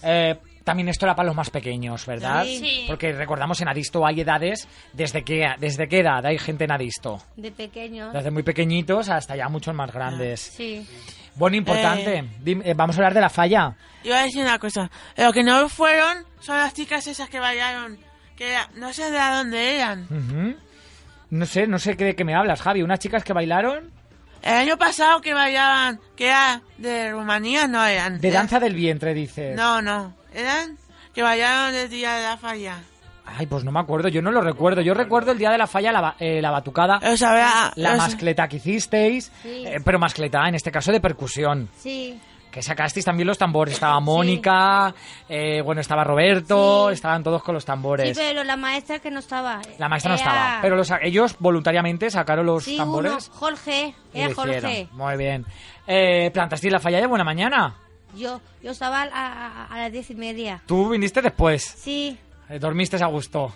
Speaker 1: Eh, también esto era para los más pequeños, ¿verdad?
Speaker 6: Sí. Sí.
Speaker 1: Porque recordamos en Adisto hay edades, ¿desde qué, ¿desde qué edad hay gente en Adisto?
Speaker 6: De pequeño.
Speaker 1: Desde muy pequeñitos hasta ya muchos más grandes.
Speaker 6: Sí.
Speaker 1: Bueno, importante.
Speaker 4: Eh.
Speaker 1: Dim- eh, vamos a hablar de la falla.
Speaker 4: Yo voy a decir una cosa. Lo que no fueron son las chicas esas que bailaron. Que era- no sé de a dónde eran.
Speaker 1: Ujú. No sé, no sé qué- de qué me hablas, Javi. Unas chicas que bailaron
Speaker 4: El año pasado que bailaban, que era de Rumanía, no eran.
Speaker 1: de
Speaker 4: Era-
Speaker 1: danza del vientre, dices.
Speaker 4: ¿Eh? No, no. Eran que bailaron el día de la falla.
Speaker 1: Ay, pues no me acuerdo, yo no lo recuerdo. Yo recuerdo el día de la falla, la, ba- eh, la batucada,
Speaker 4: O sea, habrá-
Speaker 1: la
Speaker 4: o sea-
Speaker 1: mascleta que hicisteis,
Speaker 6: Sí.
Speaker 1: eh, pero mascleta en este caso de percusión.
Speaker 6: Sí.
Speaker 1: Que sacasteis también los tambores. Estaba Mónica, eh, bueno, estaba Roberto,
Speaker 6: Sí.
Speaker 1: estaban todos con los
Speaker 6: Sí,
Speaker 1: tambores.
Speaker 6: pero la maestra que no estaba.
Speaker 1: La maestra
Speaker 6: Era-
Speaker 1: no estaba, pero los, ellos voluntariamente sacaron los
Speaker 6: Sí,
Speaker 1: tambores.
Speaker 6: uno, Jorge,
Speaker 1: y
Speaker 6: era
Speaker 1: lo hicieron.
Speaker 6: Jorge.
Speaker 1: Muy bien. Eh, ¿Plantasteis la falla de buena mañana?
Speaker 6: Yo, yo estaba a, a- a las diez y media.
Speaker 1: Tú viniste después.
Speaker 6: Sí,
Speaker 1: eh, dormiste a gusto.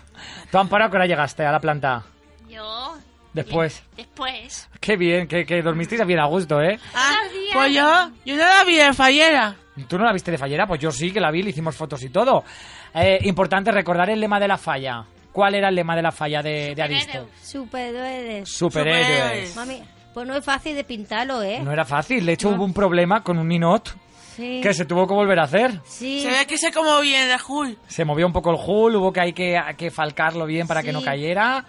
Speaker 1: ¿Tú, Amparo, a qué hora llegaste a la planta?
Speaker 5: años. Yo,
Speaker 1: Después.
Speaker 5: después.
Speaker 1: Qué bien, que, que dormisteis bien a gusto, ¿eh?
Speaker 4: Ah,
Speaker 5: días.
Speaker 4: pues yo, yo no la vi de fallera.
Speaker 1: ¿Tú no la viste de fallera? Pues yo sí que la vi, le hicimos fotos y todo. Eh, importante recordar el lema de la falla. ¿Cuál era el lema de la falla de, de Adisto?
Speaker 6: superhéroes.
Speaker 1: Superhéroes.
Speaker 6: Mami, pues no es fácil de pintarlo, ¿eh?
Speaker 1: No era fácil, de hecho hubo un problema con un ninot
Speaker 6: Sí.
Speaker 1: que se tuvo que volver a hacer.
Speaker 6: Sí.
Speaker 4: Se ve que se como bien de Jul.
Speaker 1: Se movió un poco el hull, hubo que hay que, que falcarlo bien para que
Speaker 6: Sí.
Speaker 1: no cayera.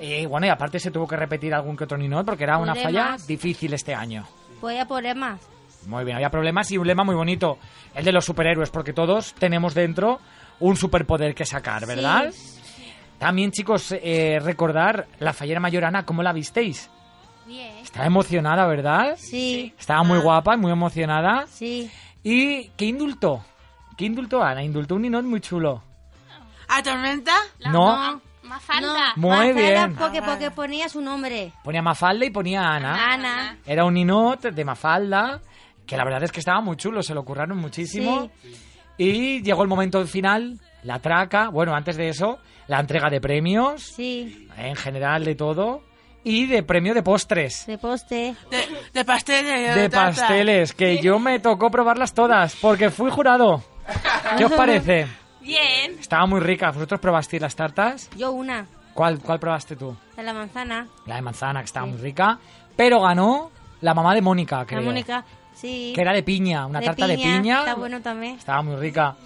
Speaker 1: Y bueno, y aparte se tuvo que repetir algún que otro ninot porque era una
Speaker 6: Problemas.
Speaker 1: falla difícil este año.
Speaker 6: Voy a poner más.
Speaker 1: Muy bien, había problemas y un lema muy bonito, el de los superhéroes, porque todos tenemos dentro un superpoder que sacar, ¿verdad? También, chicos, eh, recordar la fallera mayor Ana, ¿cómo la visteis?
Speaker 5: Bien.
Speaker 1: Estaba emocionada, ¿verdad?
Speaker 6: Sí.
Speaker 1: Estaba muy guapa y muy emocionada.
Speaker 6: Sí.
Speaker 1: ¿Y qué indultó? ¿Qué indultó Ana? Indultó un ninot muy chulo.
Speaker 4: ¿A tormenta?
Speaker 1: no,
Speaker 5: Mafalda.
Speaker 1: Muy
Speaker 6: Mafalda
Speaker 1: bien.
Speaker 4: Ah,
Speaker 6: Porque, porque ponía su nombre.
Speaker 1: ponía Mafalda y ponía
Speaker 6: Ah,
Speaker 1: Ana.
Speaker 6: Ana.
Speaker 1: Era un ninot de Mafalda, que la verdad es que estaba muy chulo, se lo curraron muchísimo. Y llegó el momento final, la traca, bueno, antes de eso, la entrega de premios,
Speaker 6: Sí.
Speaker 1: en general de todo, y de premio de postres.
Speaker 6: De poste.
Speaker 4: De, de pasteles.
Speaker 1: de ¿eh?
Speaker 4: tarta.
Speaker 1: pasteles, que yo me tocó probarlas todas, porque fui jurado. ¿Qué
Speaker 6: *laughs*
Speaker 1: os parece?
Speaker 5: Bien.
Speaker 1: Estaba muy rica. ¿Vosotros probasteis las tartas?
Speaker 6: Yo una.
Speaker 1: ¿Cuál, cuál probaste tú?
Speaker 6: De la manzana.
Speaker 1: La de manzana, que estaba muy rica. Pero ganó la mamá de Mónica, creo.
Speaker 6: La Mónica. Sí.
Speaker 1: Que era de piña, una
Speaker 6: De
Speaker 1: tarta de piña.
Speaker 6: Está bueno también.
Speaker 1: Estaba muy rica.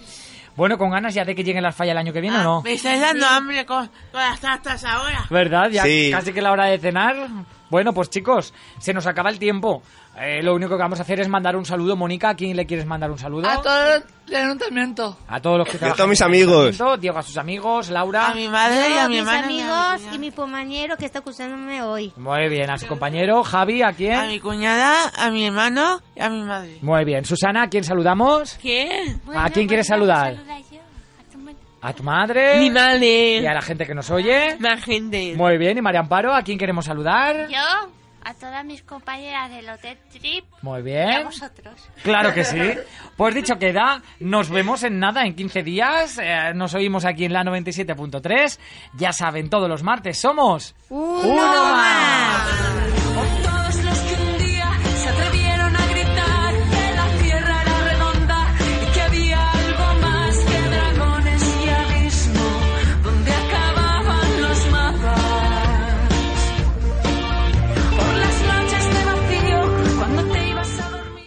Speaker 1: Bueno, con ganas ya de que lleguen las fallas el año que viene, ¿o no?
Speaker 4: Ah, Me estáis dando hambre con, con las tartas ahora.
Speaker 1: ¿Verdad? Ya
Speaker 7: Sí.
Speaker 1: casi que la hora de cenar. Bueno, pues chicos, se nos acaba el tiempo. Eh, lo único que vamos a hacer es mandar un saludo. Mónica, ¿a quién le quieres mandar un saludo?
Speaker 2: A todo el ayuntamiento.
Speaker 1: A todos los que
Speaker 7: a
Speaker 1: trabajan.
Speaker 7: todos mis
Speaker 1: en el
Speaker 7: amigos.
Speaker 1: ayuntamiento, Diego a sus amigos, Laura.
Speaker 4: A mi madre y a mi
Speaker 6: Yo, mis
Speaker 4: hermana. y a mi
Speaker 6: amigos
Speaker 4: cuñada.
Speaker 6: y mi compañero que está escuchándome hoy.
Speaker 1: Muy bien, a su compañero Javi, ¿a
Speaker 4: A
Speaker 1: quién?
Speaker 4: mi cuñada, a mi hermano y a mi madre.
Speaker 1: Muy bien, Susana, ¿a quién saludamos?
Speaker 3: ¿Qué?
Speaker 1: ¿A quién quieres saludar?
Speaker 5: pues saluda yo. A tu madre.
Speaker 1: A tu madre.
Speaker 4: Eh.
Speaker 3: Mi
Speaker 1: Y a
Speaker 3: madre.
Speaker 1: la gente que nos oye.
Speaker 3: Más gente.
Speaker 1: Muy bien, y María Amparo, ¿a quién queremos saludar?
Speaker 5: Yo, a todas mis compañeras del Hotel Trip
Speaker 1: Muy
Speaker 5: y a
Speaker 1: bien.
Speaker 5: vosotros.
Speaker 1: Claro que sí.
Speaker 6: *laughs*
Speaker 1: Pues dicho queda, nos vemos en nada, en 15 días. Eh, nos oímos aquí en la 97.3. Ya saben, todos los martes somos...
Speaker 6: Uno más.
Speaker 9: Todos los que un día se atrevieron a gritar que la tierra era redonda y que había algo más que dragones y abismo donde acababan los mapas. Por las noches de vacío, cuando te ibas a dormir.